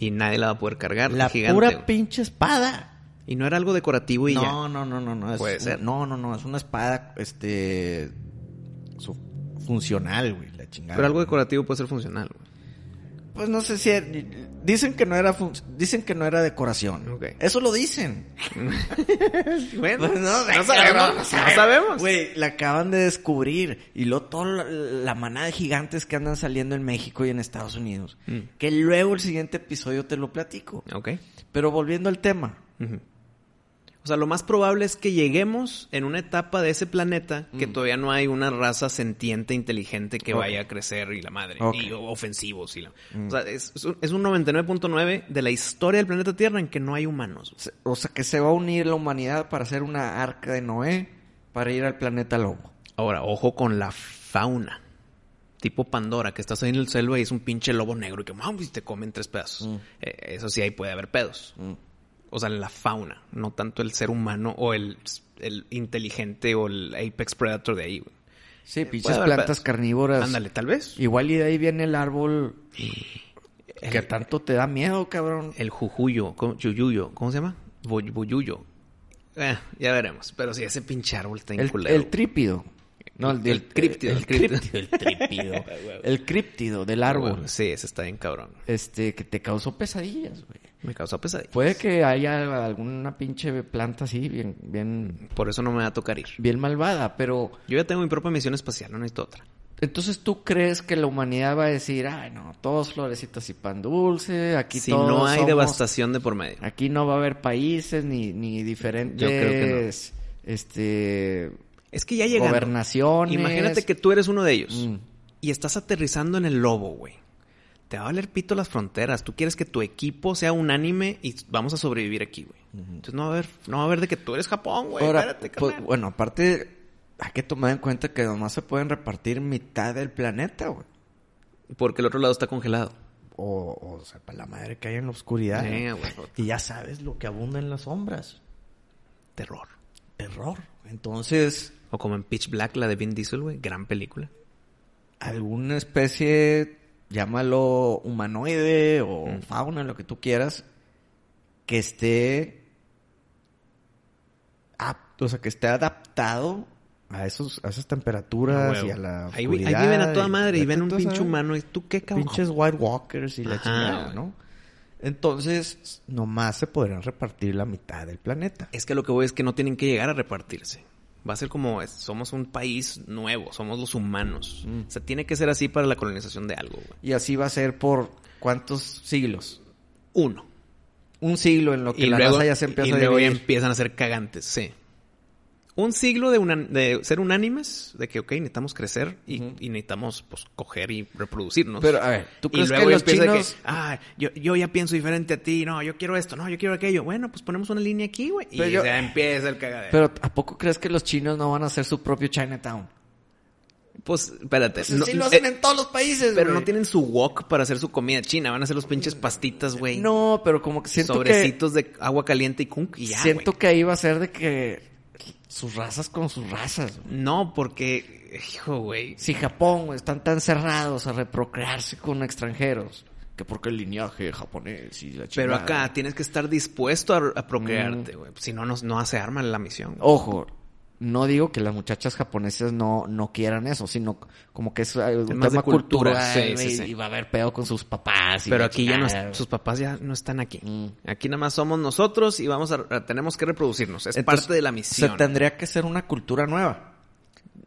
Speaker 1: Y nadie la va a poder cargar.
Speaker 2: La
Speaker 1: gigante,
Speaker 2: pura
Speaker 1: güey.
Speaker 2: pinche espada.
Speaker 1: Y no era algo decorativo y ya.
Speaker 2: No, no, no, no, no. Es
Speaker 1: Puede
Speaker 2: un-
Speaker 1: ser.
Speaker 2: No, no, no. Es una espada, este... su- funcional, güey. La chingada.
Speaker 1: Pero algo decorativo puede ser funcional. güey.
Speaker 2: Pues no sé si... era- Dicen que no era, fun- dicen que no era decoración.
Speaker 1: Ok.
Speaker 2: Eso lo dicen.
Speaker 1: Bueno,
Speaker 2: Pues
Speaker 1: no,
Speaker 2: sé,
Speaker 1: sabemos.
Speaker 2: cabrón,
Speaker 1: No sabemos.
Speaker 2: Güey, la acaban de descubrir. Y luego toda la, la manada de gigantes que andan saliendo en México y en Estados Unidos.
Speaker 1: Mm.
Speaker 2: Que luego el siguiente episodio te lo platico.
Speaker 1: Ok.
Speaker 2: Pero volviendo al tema.
Speaker 1: Ujú. O sea, lo más probable es que lleguemos en una etapa de ese planeta que todavía no hay una raza sentiente, inteligente que
Speaker 2: Mm. Ok.
Speaker 1: vaya a crecer y la madre.
Speaker 2: Ok. Mm.
Speaker 1: Y ofensivos. Y la... O sea, es, es un- es un 99.9 de la historia del planeta Tierra en que no hay humanos. güey.
Speaker 2: se- O sea, que se va a unir la humanidad para hacer una arca de Noé para ir al planeta Lobo.
Speaker 1: Ahora, ojo con la fauna. Tipo Pandora, que estás ahí en el selva y es un pinche lobo negro y que ¡mam! y te comen tres pedazos.
Speaker 3: Mm.
Speaker 1: Eh, eso sí, ahí puede haber pedos. O sea, la fauna, no tanto el ser humano o el, el inteligente o el apex predator de ahí. güey.
Speaker 2: Sí,
Speaker 1: Eh, puede
Speaker 2: pinches
Speaker 1: haber
Speaker 3: plantas
Speaker 1: pedos.
Speaker 3: carnívoras.
Speaker 1: Ándale, tal vez.
Speaker 3: Igual Pues, y de ahí viene el árbol
Speaker 2: Que tanto te da miedo, cabrón.
Speaker 1: El jujuyo, ¿cómo, yuyuyo, ¿cómo se llama? Boy- Boyuyo. Eh, ya veremos. Pero sí, ese pinche árbol está en
Speaker 3: El,
Speaker 1: culero.
Speaker 3: el trípido. No, el,
Speaker 1: El críptido,
Speaker 3: El,
Speaker 1: el críptido. Ah,
Speaker 3: críptido, el trípido. el críptido del árbol.
Speaker 1: Bueno, sí, ese está bien cabrón.
Speaker 3: Este, que te causó pesadillas, güey.
Speaker 1: Me causó pesadilla.
Speaker 3: Puede que haya alguna pinche planta así, bien, bien,
Speaker 1: Por eso no me va a tocar ir.
Speaker 3: bien malvada, pero
Speaker 1: Yo ya tengo mi propia misión espacial, no necesito otra.
Speaker 3: entonces tú crees que la humanidad va a decir, ay no, todos florecitas y pan dulce, aquí
Speaker 1: si
Speaker 3: todos
Speaker 1: no hay
Speaker 3: somos-
Speaker 1: devastación de por medio.
Speaker 3: aquí no va a haber países ni, ni diferentes,
Speaker 1: que
Speaker 3: este,
Speaker 1: Es que ya llegando.
Speaker 3: Gobernaciones.
Speaker 1: Imagínate que tú eres uno de ellos.
Speaker 3: Mm.
Speaker 1: Y estás aterrizando en el lobo, güey. Te va a valer pito las fronteras. Tú quieres que tu equipo sea unánime y vamos a sobrevivir aquí, güey. Entonces no va a haber, no va a haber de que tú eres Japón, güey.
Speaker 2: Ahora,
Speaker 1: Espérate,
Speaker 2: pues,
Speaker 1: carnal.
Speaker 2: bueno, aparte, hay que tomar en cuenta que nomás se pueden repartir mitad del planeta, güey.
Speaker 1: Porque el otro lado está congelado.
Speaker 2: o, o sepa la madre que hay en la oscuridad.
Speaker 1: Sí, a huevo.
Speaker 2: y ya sabes lo que abunda en las sombras.
Speaker 1: Terror.
Speaker 2: Terror. Entonces,
Speaker 1: O como en Pitch Black, la de Vin Diesel, güey. Gran película.
Speaker 2: alguna especie, llámalo humanoide o fauna, lo que tú quieras, que esté apto, o sea, que esté adaptado a esos a esas temperaturas y a la
Speaker 1: Ah, ahí, vi- ahí
Speaker 2: oscuridad
Speaker 1: viven a toda madre y ven un
Speaker 2: toda esa-
Speaker 1: pinche humano. ¿Y tú qué, cabrón?
Speaker 2: pinches White Walkers y la
Speaker 1: Ajá,
Speaker 2: chingada,
Speaker 1: güey.
Speaker 2: ¿no? Entonces, nomás se podrían repartir la mitad del planeta.
Speaker 1: Es que lo que voy es que no tienen que llegar a repartirse. Va a ser como es- somos un país nuevo, somos los humanos.
Speaker 2: Mm.
Speaker 1: O sea, tiene que ser así para la colonización de algo, güey.
Speaker 2: Y así va a ser por cuántos siglos.
Speaker 1: Uno.
Speaker 2: Un siglo en lo que
Speaker 1: y
Speaker 2: la
Speaker 1: luego,
Speaker 2: raza ya se empieza
Speaker 1: y
Speaker 2: a
Speaker 1: luego ya
Speaker 2: dividir.
Speaker 1: empiezan a ser cagantes, sí. Un siglo de, una- de ser unánimes, de que, ok, necesitamos crecer y, y necesitamos, pues, coger y reproducirnos.
Speaker 3: Pero, a ver,
Speaker 2: ¿tú
Speaker 1: Y
Speaker 2: crees
Speaker 1: luego
Speaker 2: que
Speaker 1: ya
Speaker 2: los
Speaker 1: empieza de
Speaker 2: chinos-
Speaker 1: que, ah, yo, yo ya pienso diferente a ti, no, yo quiero esto, no, yo quiero aquello. Bueno, pues ponemos una línea aquí, güey. Y
Speaker 3: Pero yo-
Speaker 1: ya empieza el cagadero.
Speaker 3: Pero ¿a poco crees que los chinos no van a hacer su propio Chinatown?
Speaker 1: pues, espérate.
Speaker 3: Eso
Speaker 1: no-
Speaker 3: sí lo hacen
Speaker 1: eh,
Speaker 3: en todos los países,
Speaker 1: Pero
Speaker 3: güey.
Speaker 1: no tienen su wok para hacer su comida china. Van a hacer los pinches pastitas, güey.
Speaker 3: No, pero como que siento que...
Speaker 1: Sobrecitos de agua caliente y kunk y ya,
Speaker 3: siento
Speaker 1: güey.
Speaker 3: que ahí va a ser de que sus razas con sus razas, güey.
Speaker 1: No, porque... Hijo, güey.
Speaker 3: Si Japón güey, están tan cerrados a reprocrearse con extranjeros, que porque el linaje japonés y la
Speaker 1: Pero
Speaker 3: chingada.
Speaker 1: acá tienes que estar dispuesto a, a procrearte, güey. Si no, no, no hace arma la misión.
Speaker 2: Oh,
Speaker 1: güey.
Speaker 3: Ojo, no digo que las muchachas japonesas no, no quieran eso, sino como que es eh, un
Speaker 1: más de
Speaker 3: tema
Speaker 1: cultura,
Speaker 3: cultural
Speaker 1: sí, sí,
Speaker 3: y-
Speaker 1: sí.
Speaker 3: y va a haber pedo con sus papás. y
Speaker 1: Pero
Speaker 3: la
Speaker 1: aquí ya no, es-
Speaker 3: chingada.
Speaker 1: sus papás ya no están aquí.
Speaker 3: Mm.
Speaker 1: Aquí nada más somos nosotros y vamos a, a- tenemos que reproducirnos. Es
Speaker 2: Entonces,
Speaker 1: parte de la misión
Speaker 2: Se tendría que ser una cultura nueva.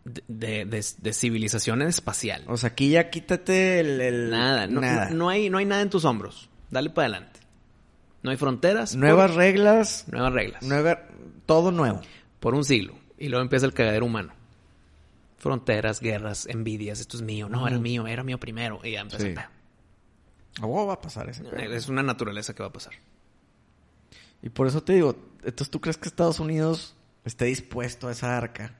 Speaker 1: de, de, de- de civilización espacial.
Speaker 2: O sea, aquí ya quítate el... el-
Speaker 1: nada, no,
Speaker 2: nada.
Speaker 1: no hay, no hay nada en tus hombros. Dale para adelante. No hay fronteras.
Speaker 2: Nuevas
Speaker 1: por-
Speaker 2: reglas,
Speaker 1: nuevas reglas.
Speaker 2: nueva, todo nuevo.
Speaker 1: por un siglo. Y luego empieza el cagadero humano. Fronteras, guerras, envidias. Esto es mío. No, era mío. Era mío primero. Y ya empezó
Speaker 2: Sí.
Speaker 1: el pedo. Eh,
Speaker 2: ¿A huevo va a pasar ese pedo.
Speaker 1: Es una naturaleza que va a pasar.
Speaker 2: Y por eso te digo, entonces tú crees que Estados Unidos esté dispuesto a esa arca.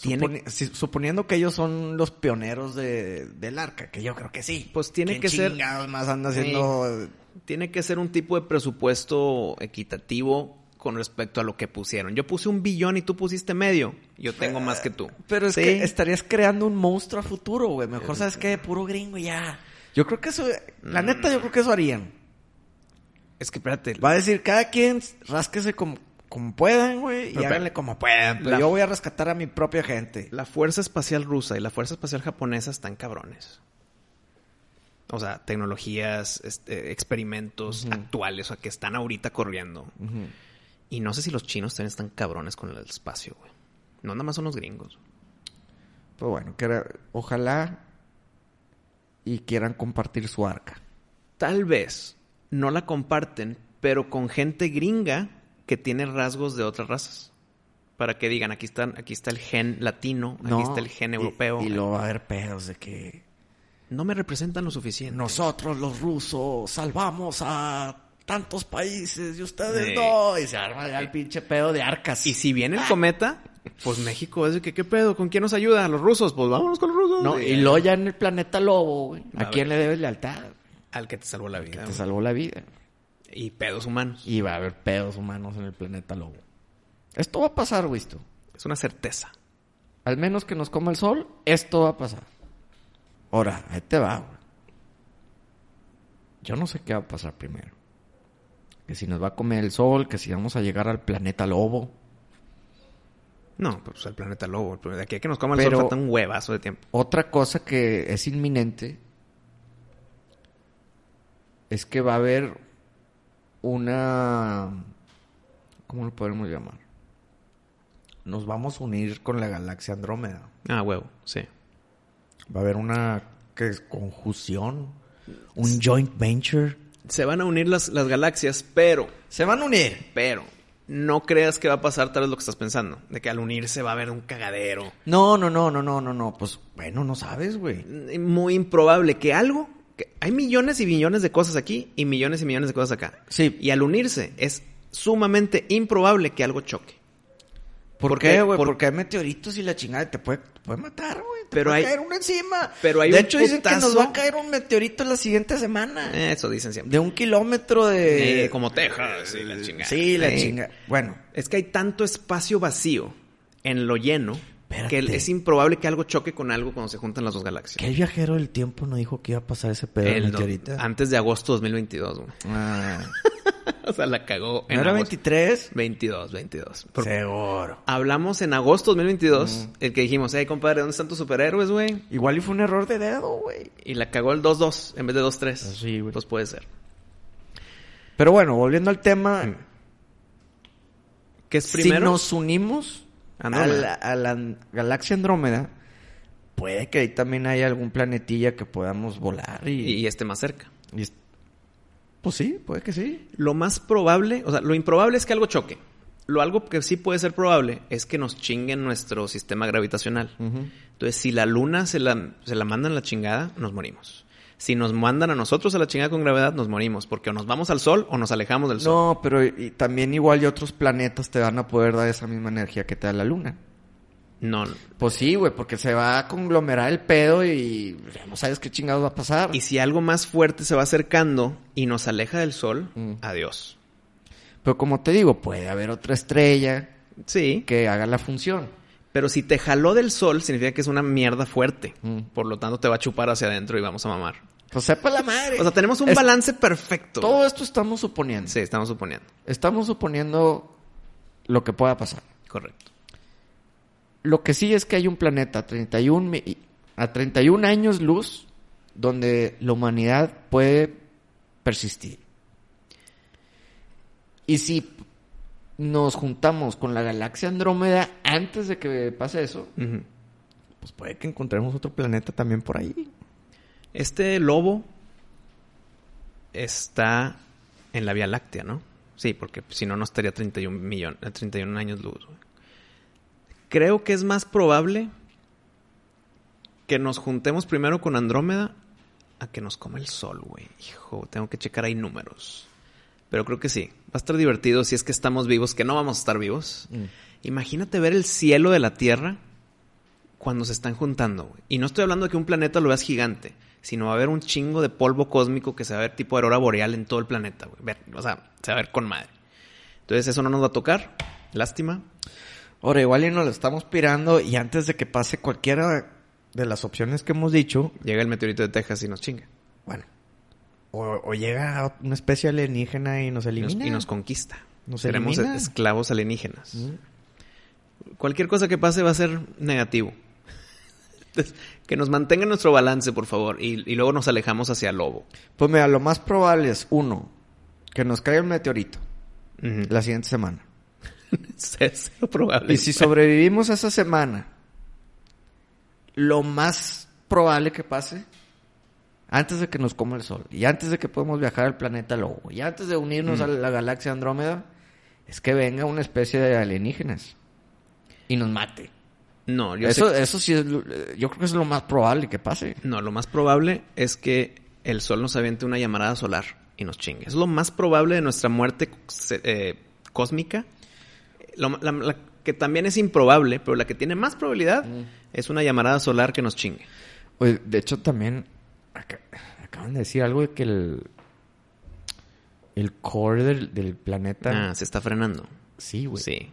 Speaker 1: Tiene-
Speaker 2: Suponi- si- suponiendo que ellos son los pioneros de, del arca, que yo creo que sí.
Speaker 1: Pues tiene
Speaker 2: ¿Quién
Speaker 1: que ser-
Speaker 2: chingados más anda haciendo
Speaker 1: Tiene que ser un tipo de presupuesto equitativo con respecto a lo que pusieron. Yo puse un billón y tú pusiste medio. Yo tengo más que tú.
Speaker 2: Pero es
Speaker 1: Sí. Eh,
Speaker 2: que estarías creando un monstruo a futuro, güey. Mejor sabes que puro gringo y ya. Yo creo que eso,
Speaker 1: Mm.
Speaker 2: la neta, yo creo que eso harían.
Speaker 1: Es que espérate.
Speaker 2: Va a decir cada quien rásquese como, como puedan, güey, y
Speaker 1: Pero-
Speaker 2: háganle como puedan. Pero
Speaker 1: La-
Speaker 2: yo voy a rescatar a mi propia gente.
Speaker 1: La Fuerza Espacial Rusa y la Fuerza Espacial Japonesa están cabrones. O sea, tecnologías, este, experimentos actuales, o sea, que están ahorita corriendo. Y no sé si los chinos también están cabrones con el espacio, güey. No, nada más son los gringos.
Speaker 2: Pues bueno, que era- ojalá y quieran compartir su arca.
Speaker 1: tal vez no la comparten, pero con gente gringa que tiene rasgos de otras razas. Para que digan, aquí, están, aquí está el gen latino, aquí
Speaker 3: No,
Speaker 1: está el gen
Speaker 2: y-
Speaker 1: europeo.
Speaker 2: Y, luego va a haber pedos de que
Speaker 1: No me representan lo suficiente.
Speaker 2: nosotros los rusos salvamos a tantos países y ustedes
Speaker 1: Sí.
Speaker 2: no. Y
Speaker 3: Y se arma ya el pinche pedo de arcas.
Speaker 1: Y si
Speaker 3: Ah.
Speaker 1: viene el cometa, pues México es de que, ¿qué pedo? ¿Con quién nos ayuda? ¿Los rusos? Pues vámonos con los rusos.
Speaker 3: no, y luego ya en el planeta lobo, güey.
Speaker 1: A Ah.
Speaker 3: ¿A quién le debes lealtad?
Speaker 1: Al que te salvó la vida.
Speaker 3: Te salvó la vida.
Speaker 1: Y pedos humanos.
Speaker 3: Y va a haber pedos humanos en el planeta lobo. Esto va a pasar, Wisto.
Speaker 1: Es una certeza.
Speaker 3: Al menos que nos coma el sol, esto va a pasar. Ahora, ahí te va, güey. Yo no sé qué va a pasar primero. Que si nos va a comer el sol, que si vamos a llegar al planeta lobo.
Speaker 1: No, pues el planeta lobo. pero De aquí a que nos coma el
Speaker 3: Pero-
Speaker 1: sol falta un huevazo de tiempo.
Speaker 3: Otra cosa que es inminente es que va a haber una... ¿Cómo lo podemos llamar?
Speaker 2: nos vamos a unir con la galaxia Andrómeda.
Speaker 1: Ah, huevo, sí.
Speaker 2: Va a haber una ¿qué es? conjunción, un joint venture.
Speaker 1: Se van a unir las, las galaxias, pero
Speaker 2: Se van a unir.
Speaker 1: Pero no creas que va a pasar tal vez lo que estás pensando, de que al unirse va a haber un cagadero.
Speaker 2: No, no, no, no, no, no, no. Pues bueno, no sabes, güey.
Speaker 1: Muy improbable que algo, que hay millones y millones de cosas aquí y millones y millones de cosas acá.
Speaker 2: Sí.
Speaker 1: Y al unirse es sumamente improbable que algo choque.
Speaker 2: ¿Por,
Speaker 1: ¿Por
Speaker 2: qué,
Speaker 1: qué,
Speaker 2: güey?
Speaker 1: por-
Speaker 2: Porque hay meteoritos y la chingada te puede, te puede matar, güey. Te
Speaker 1: Pero
Speaker 2: puede
Speaker 1: hay-
Speaker 2: caer uno encima.
Speaker 1: pero hay
Speaker 2: de
Speaker 1: un
Speaker 2: hecho, dicen que nos va a
Speaker 1: putazo.
Speaker 2: caer un meteorito la siguiente semana.
Speaker 1: Eso dicen siempre.
Speaker 2: De un kilómetro de...
Speaker 1: Eh, como Texas y la chingada.
Speaker 2: Sí, la
Speaker 1: Eh,
Speaker 2: chinga. Bueno,
Speaker 1: Es que hay tanto espacio vacío en lo lleno
Speaker 2: Espérate.
Speaker 1: que es improbable que algo choque con algo cuando se juntan las dos galaxias.
Speaker 2: ¿qué viajero del tiempo no dijo que iba a pasar ese pedo de
Speaker 1: El do-
Speaker 2: meteorito?
Speaker 1: antes de agosto 2022, güey.
Speaker 2: Ah,
Speaker 1: O sea, la cagó en
Speaker 2: ¿No era
Speaker 1: agosto.
Speaker 2: 23?
Speaker 1: 22, 22. Por-
Speaker 2: Seguro.
Speaker 1: Hablamos en agosto 2022, el que dijimos, hey, compadre, ¿dónde están tus superhéroes, güey?
Speaker 2: Igual y fue un error de dedo, güey.
Speaker 1: Y la cagó el 2-2 en vez de 2-3.
Speaker 3: Sí, güey.
Speaker 1: Pues puede ser.
Speaker 2: Pero bueno, volviendo al tema,
Speaker 1: ¿Qué es
Speaker 2: si
Speaker 1: primero?
Speaker 2: nos unimos a la,
Speaker 1: Andrómeda.
Speaker 2: a la galaxia Andrómeda, puede que ahí también haya algún planetilla que podamos volar
Speaker 1: Y,
Speaker 2: y...
Speaker 1: y esté más cerca.
Speaker 2: y es- pues sí, puede que sí.
Speaker 1: Lo más probable, o sea, lo improbable es que algo choque. Lo algo que sí puede ser probable es que nos chinguen nuestro sistema gravitacional. Entonces, si la luna se la, se la mandan a la chingada, nos morimos. Si nos mandan a nosotros a la chingada con gravedad, nos morimos. Porque o nos vamos al sol o nos alejamos del sol.
Speaker 2: No, pero y- y también igual y otros planetas te van a poder dar esa misma energía que te da la luna.
Speaker 1: No. no.
Speaker 3: Pues sí, güey, porque se va a conglomerar el pedo y no sabes qué chingados va a pasar.
Speaker 1: Y si algo más fuerte se va acercando y nos aleja del sol,
Speaker 3: Mm.
Speaker 1: adiós.
Speaker 3: Pero como te digo, puede haber otra estrella
Speaker 1: Sí.
Speaker 3: que haga la función.
Speaker 1: Pero si te jaló del sol, significa que es una mierda fuerte.
Speaker 3: Mm.
Speaker 1: Por lo tanto, te va a chupar hacia adentro y vamos a mamar.
Speaker 3: Pues sepa la madre.
Speaker 1: O sea, tenemos un
Speaker 3: Es-
Speaker 1: balance perfecto.
Speaker 3: Todo esto estamos suponiendo.
Speaker 1: Sí, estamos suponiendo.
Speaker 3: Estamos suponiendo lo que pueda pasar.
Speaker 1: Correcto.
Speaker 3: Lo que sí es que hay un planeta a 31, mi- a 31 años luz donde la humanidad puede persistir. Y si nos juntamos con la galaxia Andrómeda antes de que pase eso,
Speaker 1: Ujú.
Speaker 2: Pues puede que encontremos otro planeta también por ahí.
Speaker 1: Este lobo está en la Vía Láctea, ¿no? Sí, porque si no, no estaría 31, millón, eh, 31 años luz. güey. Creo que es más probable que nos juntemos primero con Andrómeda a que nos coma el sol, güey. Hijo, tengo que checar ahí números. Pero creo que sí. Va a estar divertido si es que estamos vivos, que no vamos a estar vivos.
Speaker 3: Mm.
Speaker 1: Imagínate ver el cielo de la Tierra cuando se están juntando, güey. Y no estoy hablando de que un planeta lo veas gigante, sino va a haber un chingo de polvo cósmico que se va a ver tipo aurora boreal en todo el planeta, güey. Ver- o sea, se va a ver con madre. Entonces eso no nos va a tocar. Lástima.
Speaker 2: Ahora, igual y nos lo estamos pirando y antes de que pase cualquiera de las opciones que hemos dicho,
Speaker 1: Llega el meteorito de Texas y nos chinga.
Speaker 2: bueno, o, o llega una especie alienígena y nos
Speaker 1: Y nos,
Speaker 2: elimina.
Speaker 1: y nos conquista.
Speaker 2: Nos
Speaker 1: Seremos
Speaker 2: elimina. Mm.
Speaker 1: esclavos alienígenas. Cualquier cosa que pase va a ser negativo. Entonces, que nos mantenga nuestro balance, por favor. Y, y luego nos alejamos hacia el lobo.
Speaker 2: Pues mira, lo más probable es, uno, que nos caiga el meteorito
Speaker 1: Ujú.
Speaker 2: la siguiente semana.
Speaker 1: es lo probable.
Speaker 2: Y si sobrevivimos a esa semana, lo más probable que pase,
Speaker 3: antes de que nos coma el sol y antes de que podamos viajar al planeta Lobo y antes de unirnos
Speaker 1: Mm.
Speaker 3: a la galaxia Andrómeda, es que venga una especie de alienígenas y nos mate.
Speaker 1: No, yo sé-
Speaker 3: Eso, eso sí es, lo- eh, yo creo que es lo más probable que pase.
Speaker 1: No, lo más probable es que el sol nos aviente una llamarada solar y nos chingue. Es lo más probable de nuestra muerte se- eh, cósmica. Lo- la, la que también es improbable, pero la que tiene más probabilidad
Speaker 3: Mm.
Speaker 1: es una llamarada solar que nos chingue.
Speaker 3: Oye, de hecho también aca- acaban de decir algo de que el el core del, del planeta
Speaker 1: Ah, se está frenando.
Speaker 3: sí, güey.
Speaker 1: Sí.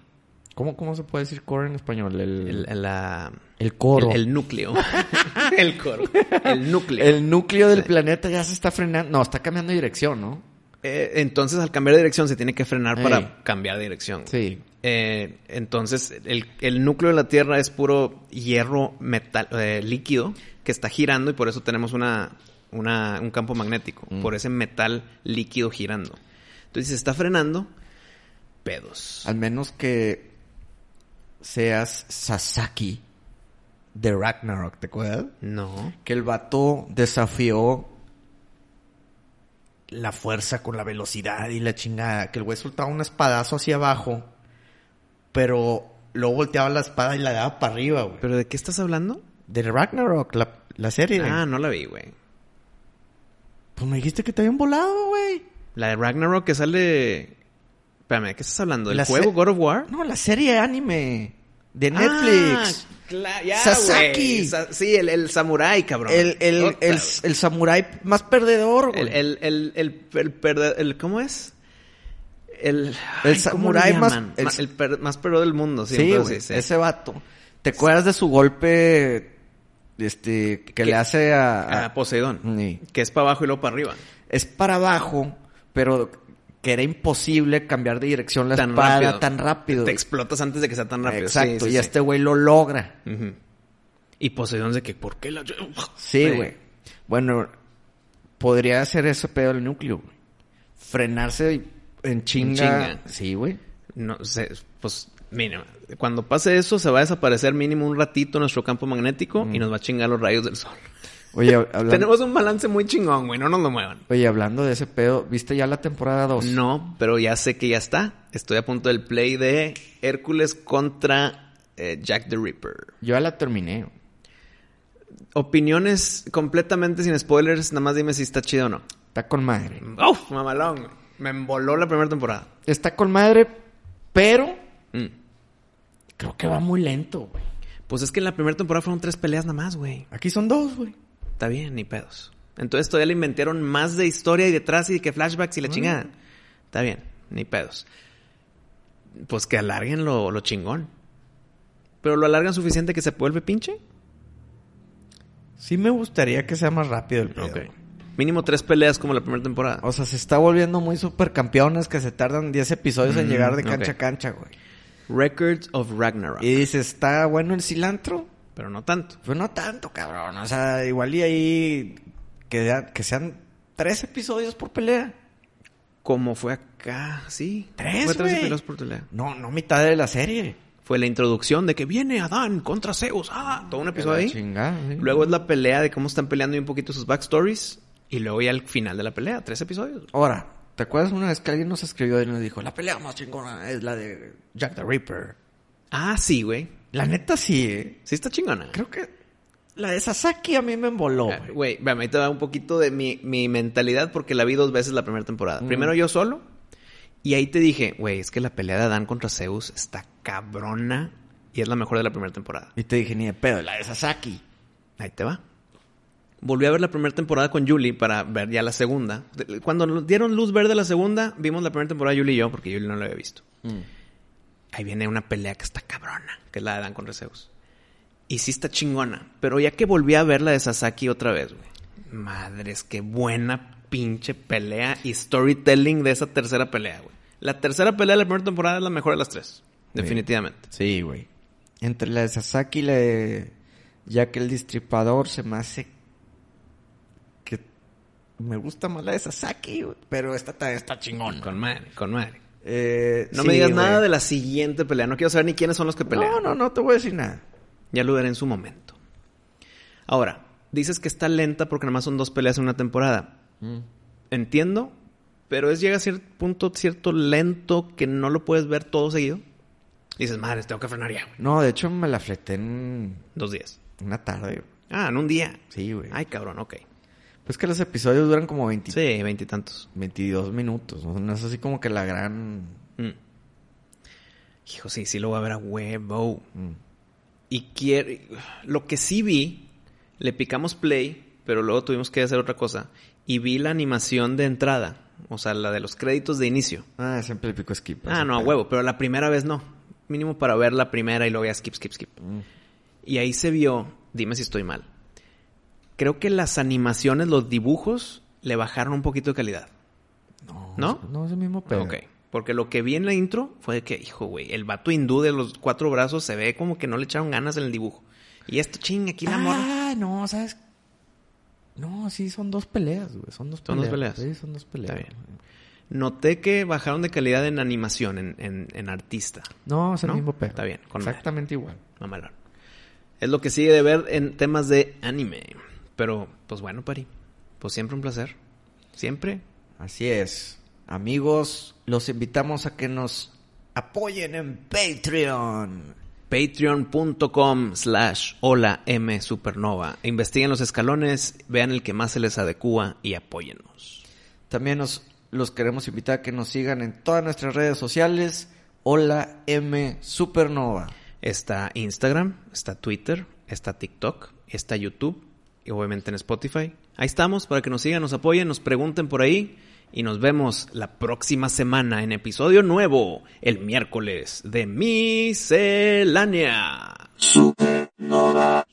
Speaker 3: ¿Cómo, ¿Cómo se puede decir core en español? El,
Speaker 1: El,
Speaker 3: el,
Speaker 1: la-
Speaker 3: coro.
Speaker 1: el- el núcleo. el coro. El núcleo.
Speaker 3: El núcleo del
Speaker 1: Sí.
Speaker 3: planeta ya se está frenando. No, está cambiando de dirección, ¿no?
Speaker 1: Eh, entonces, al cambiar de dirección, se tiene que frenar
Speaker 3: Ey.
Speaker 1: para cambiar de dirección.
Speaker 3: Sí.
Speaker 1: Eh, entonces, el, el núcleo de la Tierra es puro hierro metal, eh, líquido que está girando y por eso tenemos una, una- un campo magnético,
Speaker 2: Mm.
Speaker 1: por ese metal líquido girando. Entonces, se está frenando, pedos.
Speaker 2: al menos que seas Sasaki de Ragnarok, ¿te acuerdas?
Speaker 1: No.
Speaker 2: Que el vato desafió la fuerza con la velocidad y la chingada. Que el güey soltaba un espadazo hacia abajo, pero luego volteaba la espada y la daba para arriba, güey.
Speaker 1: ¿Pero de qué estás hablando?
Speaker 2: De Ragnarok, la, la serie.
Speaker 1: Ah, no la vi, güey.
Speaker 2: Pues me dijiste que te habían volado, güey.
Speaker 1: La de Ragnarok que sale... Espérame, ¿de qué estás hablando? ¿El
Speaker 2: La
Speaker 1: juego
Speaker 2: se-
Speaker 1: God of War?
Speaker 2: No, la serie anime. de Netflix.
Speaker 1: Ah, cla- ya,
Speaker 2: Sasaki.
Speaker 1: güey. Sa- sí, el, el samurái, cabrón.
Speaker 2: el, el,
Speaker 1: Puta,
Speaker 2: el,
Speaker 1: güey.
Speaker 2: el samurái más perdedor, güey.
Speaker 1: El, el, el, el, el perde- el- ¿cómo es? El, ay, ¿cómo
Speaker 2: samurái
Speaker 1: le
Speaker 2: más-
Speaker 1: llaman?
Speaker 2: el-
Speaker 1: Ma- el per- más perro del mundo, sí,
Speaker 2: sí,
Speaker 1: pero
Speaker 2: güey,
Speaker 1: sí, sí.
Speaker 2: ese vato. ¿Te acuerdas de su golpe este que le hace a,
Speaker 1: Ah, Poseidón,
Speaker 2: Sí.
Speaker 1: que es para abajo y luego para arriba.
Speaker 2: es para abajo, pero que era imposible cambiar de dirección la
Speaker 1: Tan
Speaker 2: espada
Speaker 1: rápido.
Speaker 2: tan rápido.
Speaker 1: Te explotas antes de que sea tan rápido. sí,
Speaker 2: Exacto,
Speaker 1: sí,
Speaker 2: y
Speaker 1: sí.
Speaker 2: este güey lo logra.
Speaker 1: Ujú. Y Poseidón de que, ¿por qué la...?
Speaker 2: Sí, güey. Bueno, podría hacer ese pedo el núcleo, güey. Frenarse y- en chinga.
Speaker 1: chinga.
Speaker 2: Sí, güey.
Speaker 1: No sé, pues, mira, cuando pase eso se va a desaparecer mínimo un ratito nuestro campo magnético y nos va a chingar los rayos del sol.
Speaker 2: Oye, hab- hablan-
Speaker 1: Tenemos un balance muy chingón, güey, no nos lo muevan.
Speaker 2: oye, hablando de ese pedo, ¿viste ya la temporada 2?
Speaker 1: No, pero ya sé que ya está. Estoy a punto del play de Hércules contra eh, Jack the Ripper.
Speaker 3: Yo ya la terminé.
Speaker 1: Opiniones completamente sin spoilers, nada más dime si está chido o no.
Speaker 3: Está con madre.
Speaker 1: ¡Uf! Mamalón. güey. Me emboló la primera temporada.
Speaker 3: Está con madre, pero
Speaker 1: Mm.
Speaker 3: creo que va muy lento, güey.
Speaker 1: Pues es que en la primera temporada fueron tres peleas nada más, güey.
Speaker 2: Aquí son dos, güey.
Speaker 1: Está bien, ni pedos. Entonces todavía le inventaron más de historia y detrás y que flashbacks y la chingada. Está bien, ni pedos. Pues que alarguen lo, lo chingón. Pero lo alargan suficiente que se vuelve pinche.
Speaker 2: Sí me gustaría que sea más rápido el pedo.
Speaker 1: Ok. Mínimo tres peleas como la primera temporada.
Speaker 2: O sea, se está volviendo muy supercampeones que se tardan 10 episodios en
Speaker 1: Mm,
Speaker 2: llegar de cancha
Speaker 1: ok.
Speaker 2: a cancha, güey.
Speaker 1: Records of Ragnarok.
Speaker 2: Y dices, ¿está bueno el cilantro?
Speaker 1: Pero no tanto.
Speaker 2: Pues no tanto, cabrón. O sea, igual y ahí que, ya- que sean tres episodios por pelea.
Speaker 1: Como fue acá, sí.
Speaker 2: Tres,
Speaker 1: Fue
Speaker 2: güey.
Speaker 1: peleas por pelea.
Speaker 2: No, no mitad de la serie.
Speaker 1: Fue la introducción de que viene Adán contra Zeus. Ah, todo un episodio
Speaker 3: La
Speaker 1: ahí.
Speaker 3: chingada, sí.
Speaker 1: Luego es la pelea de cómo están peleando y un poquito sus backstories. Y luego ya al final de la pelea, tres episodios.
Speaker 2: Ahora, ¿te acuerdas una vez que alguien nos escribió y nos dijo, la pelea más chingona es la de Jack the Ripper?
Speaker 1: Ah, sí, güey.
Speaker 2: La neta sí, ¿eh?
Speaker 1: Sí está chingona.
Speaker 2: Creo que la de Sasaki a mí me emboló,
Speaker 3: Eh,
Speaker 1: Ah,
Speaker 2: güey.
Speaker 1: Güey, véame, ahí te da un poquito de mi, mi mentalidad porque la vi dos veces la primera temporada. Primero yo solo. Y ahí te dije, güey, es que la pelea de Adán contra Zeus está cabrona. Y es la mejor de la primera temporada.
Speaker 2: Y te dije, ni de pedo, la de Sasaki.
Speaker 1: Ahí te va. Volví a ver la primera temporada con Julie para ver ya la segunda. De- Cuando nos dieron luz verde a la segunda, vimos la primera temporada Julie y yo, porque Julie no la había visto.
Speaker 3: Mm.
Speaker 1: Ahí viene una pelea que está cabrona, que es la de Dan con Zeus. Y sí está chingona, pero ya que volví a ver la de Sasaki otra vez, güey. Madres, qué buena pinche pelea y storytelling de esa tercera pelea, güey. La tercera pelea de la primera temporada es la mejor de las tres, definitivamente.
Speaker 2: Sí, güey. Entre la de Sasaki y la de Jack el Distripador se me hace que me gusta más la de Sasaki, güey. Pero esta también está chingona.
Speaker 1: Con madre, con madre.
Speaker 2: Eh,
Speaker 1: No
Speaker 2: sí,
Speaker 1: me digas
Speaker 2: güey.
Speaker 1: nada de la siguiente pelea, no quiero saber ni quiénes son los que pelean.
Speaker 2: No, no, no te voy a decir nada.
Speaker 1: Ya lo veré en su momento. Ahora, dices que está lenta porque nada más son dos peleas en una temporada. Entiendo, pero es llega a cierto punto cierto lento que no lo puedes ver todo seguido. Dices, madre, tengo que frenar ya, güey.
Speaker 2: No, de hecho me la fleté en
Speaker 1: Dos días.
Speaker 2: una tarde, güey.
Speaker 1: Ah, en un día.
Speaker 2: Sí, güey.
Speaker 1: Ay, cabrón, ok.
Speaker 2: Pues que los episodios duran como 20
Speaker 1: Sí, veintitantos.
Speaker 2: 22 minutos. ¿no? No es así como que la gran...
Speaker 1: Mm. Hijo, sí, sí lo voy a ver a huevo.
Speaker 2: Mm.
Speaker 1: Y quiere... Lo que sí vi, le picamos play, pero luego tuvimos que hacer otra cosa. Y vi la animación de entrada, o sea, la de los créditos de inicio.
Speaker 2: Ah, siempre le pico skip.
Speaker 1: Ah, no, a huevo, pero la primera vez no. Mínimo para ver la primera y luego ya skip, skip, skip.
Speaker 2: Mm.
Speaker 1: Y ahí se vio, dime si estoy mal. Creo que las animaciones, los dibujos, le bajaron un poquito de calidad.
Speaker 2: No,
Speaker 1: ¿No?
Speaker 2: no es el mismo pedo.
Speaker 1: Ok. Porque lo que vi en la intro fue de que, hijo, güey, el vato hindú de los cuatro brazos se ve como que no le echaron ganas en el dibujo. Y esto, ching, aquí la morra.
Speaker 2: Ah, no, ¿sabes? No, sí, son dos peleas, güey. Son dos
Speaker 1: Son dos
Speaker 2: peleas.
Speaker 1: peleas.
Speaker 2: Sí, son dos peleas.
Speaker 1: Está Noté que bajaron de calidad en animación, en, en- en artista.
Speaker 2: No, es el
Speaker 1: ¿No?
Speaker 2: mismo pedo.
Speaker 1: Está bien, con madre.
Speaker 2: Exactamente igual.
Speaker 1: Mamalón. Es lo que sigue de ver en temas de anime. Pero, pues bueno, Pari. Pues siempre un placer. Siempre.
Speaker 2: Así es. Amigos, los invitamos a que nos apoyen en Patreon.
Speaker 1: Patreon.com slash hola M Supernova. Investiguen los escalones, vean el que más se les adecua y apóyennos.
Speaker 2: También nos, los queremos invitar a que nos sigan en todas nuestras redes sociales. Hola M Supernova.
Speaker 1: Está Instagram, está Twitter, está TikTok, está YouTube y obviamente en Spotify. Ahí estamos para que nos sigan, nos apoyen, nos pregunten por ahí y nos vemos la próxima semana en episodio nuevo, el miércoles de Miscelánea.
Speaker 2: ¡Show!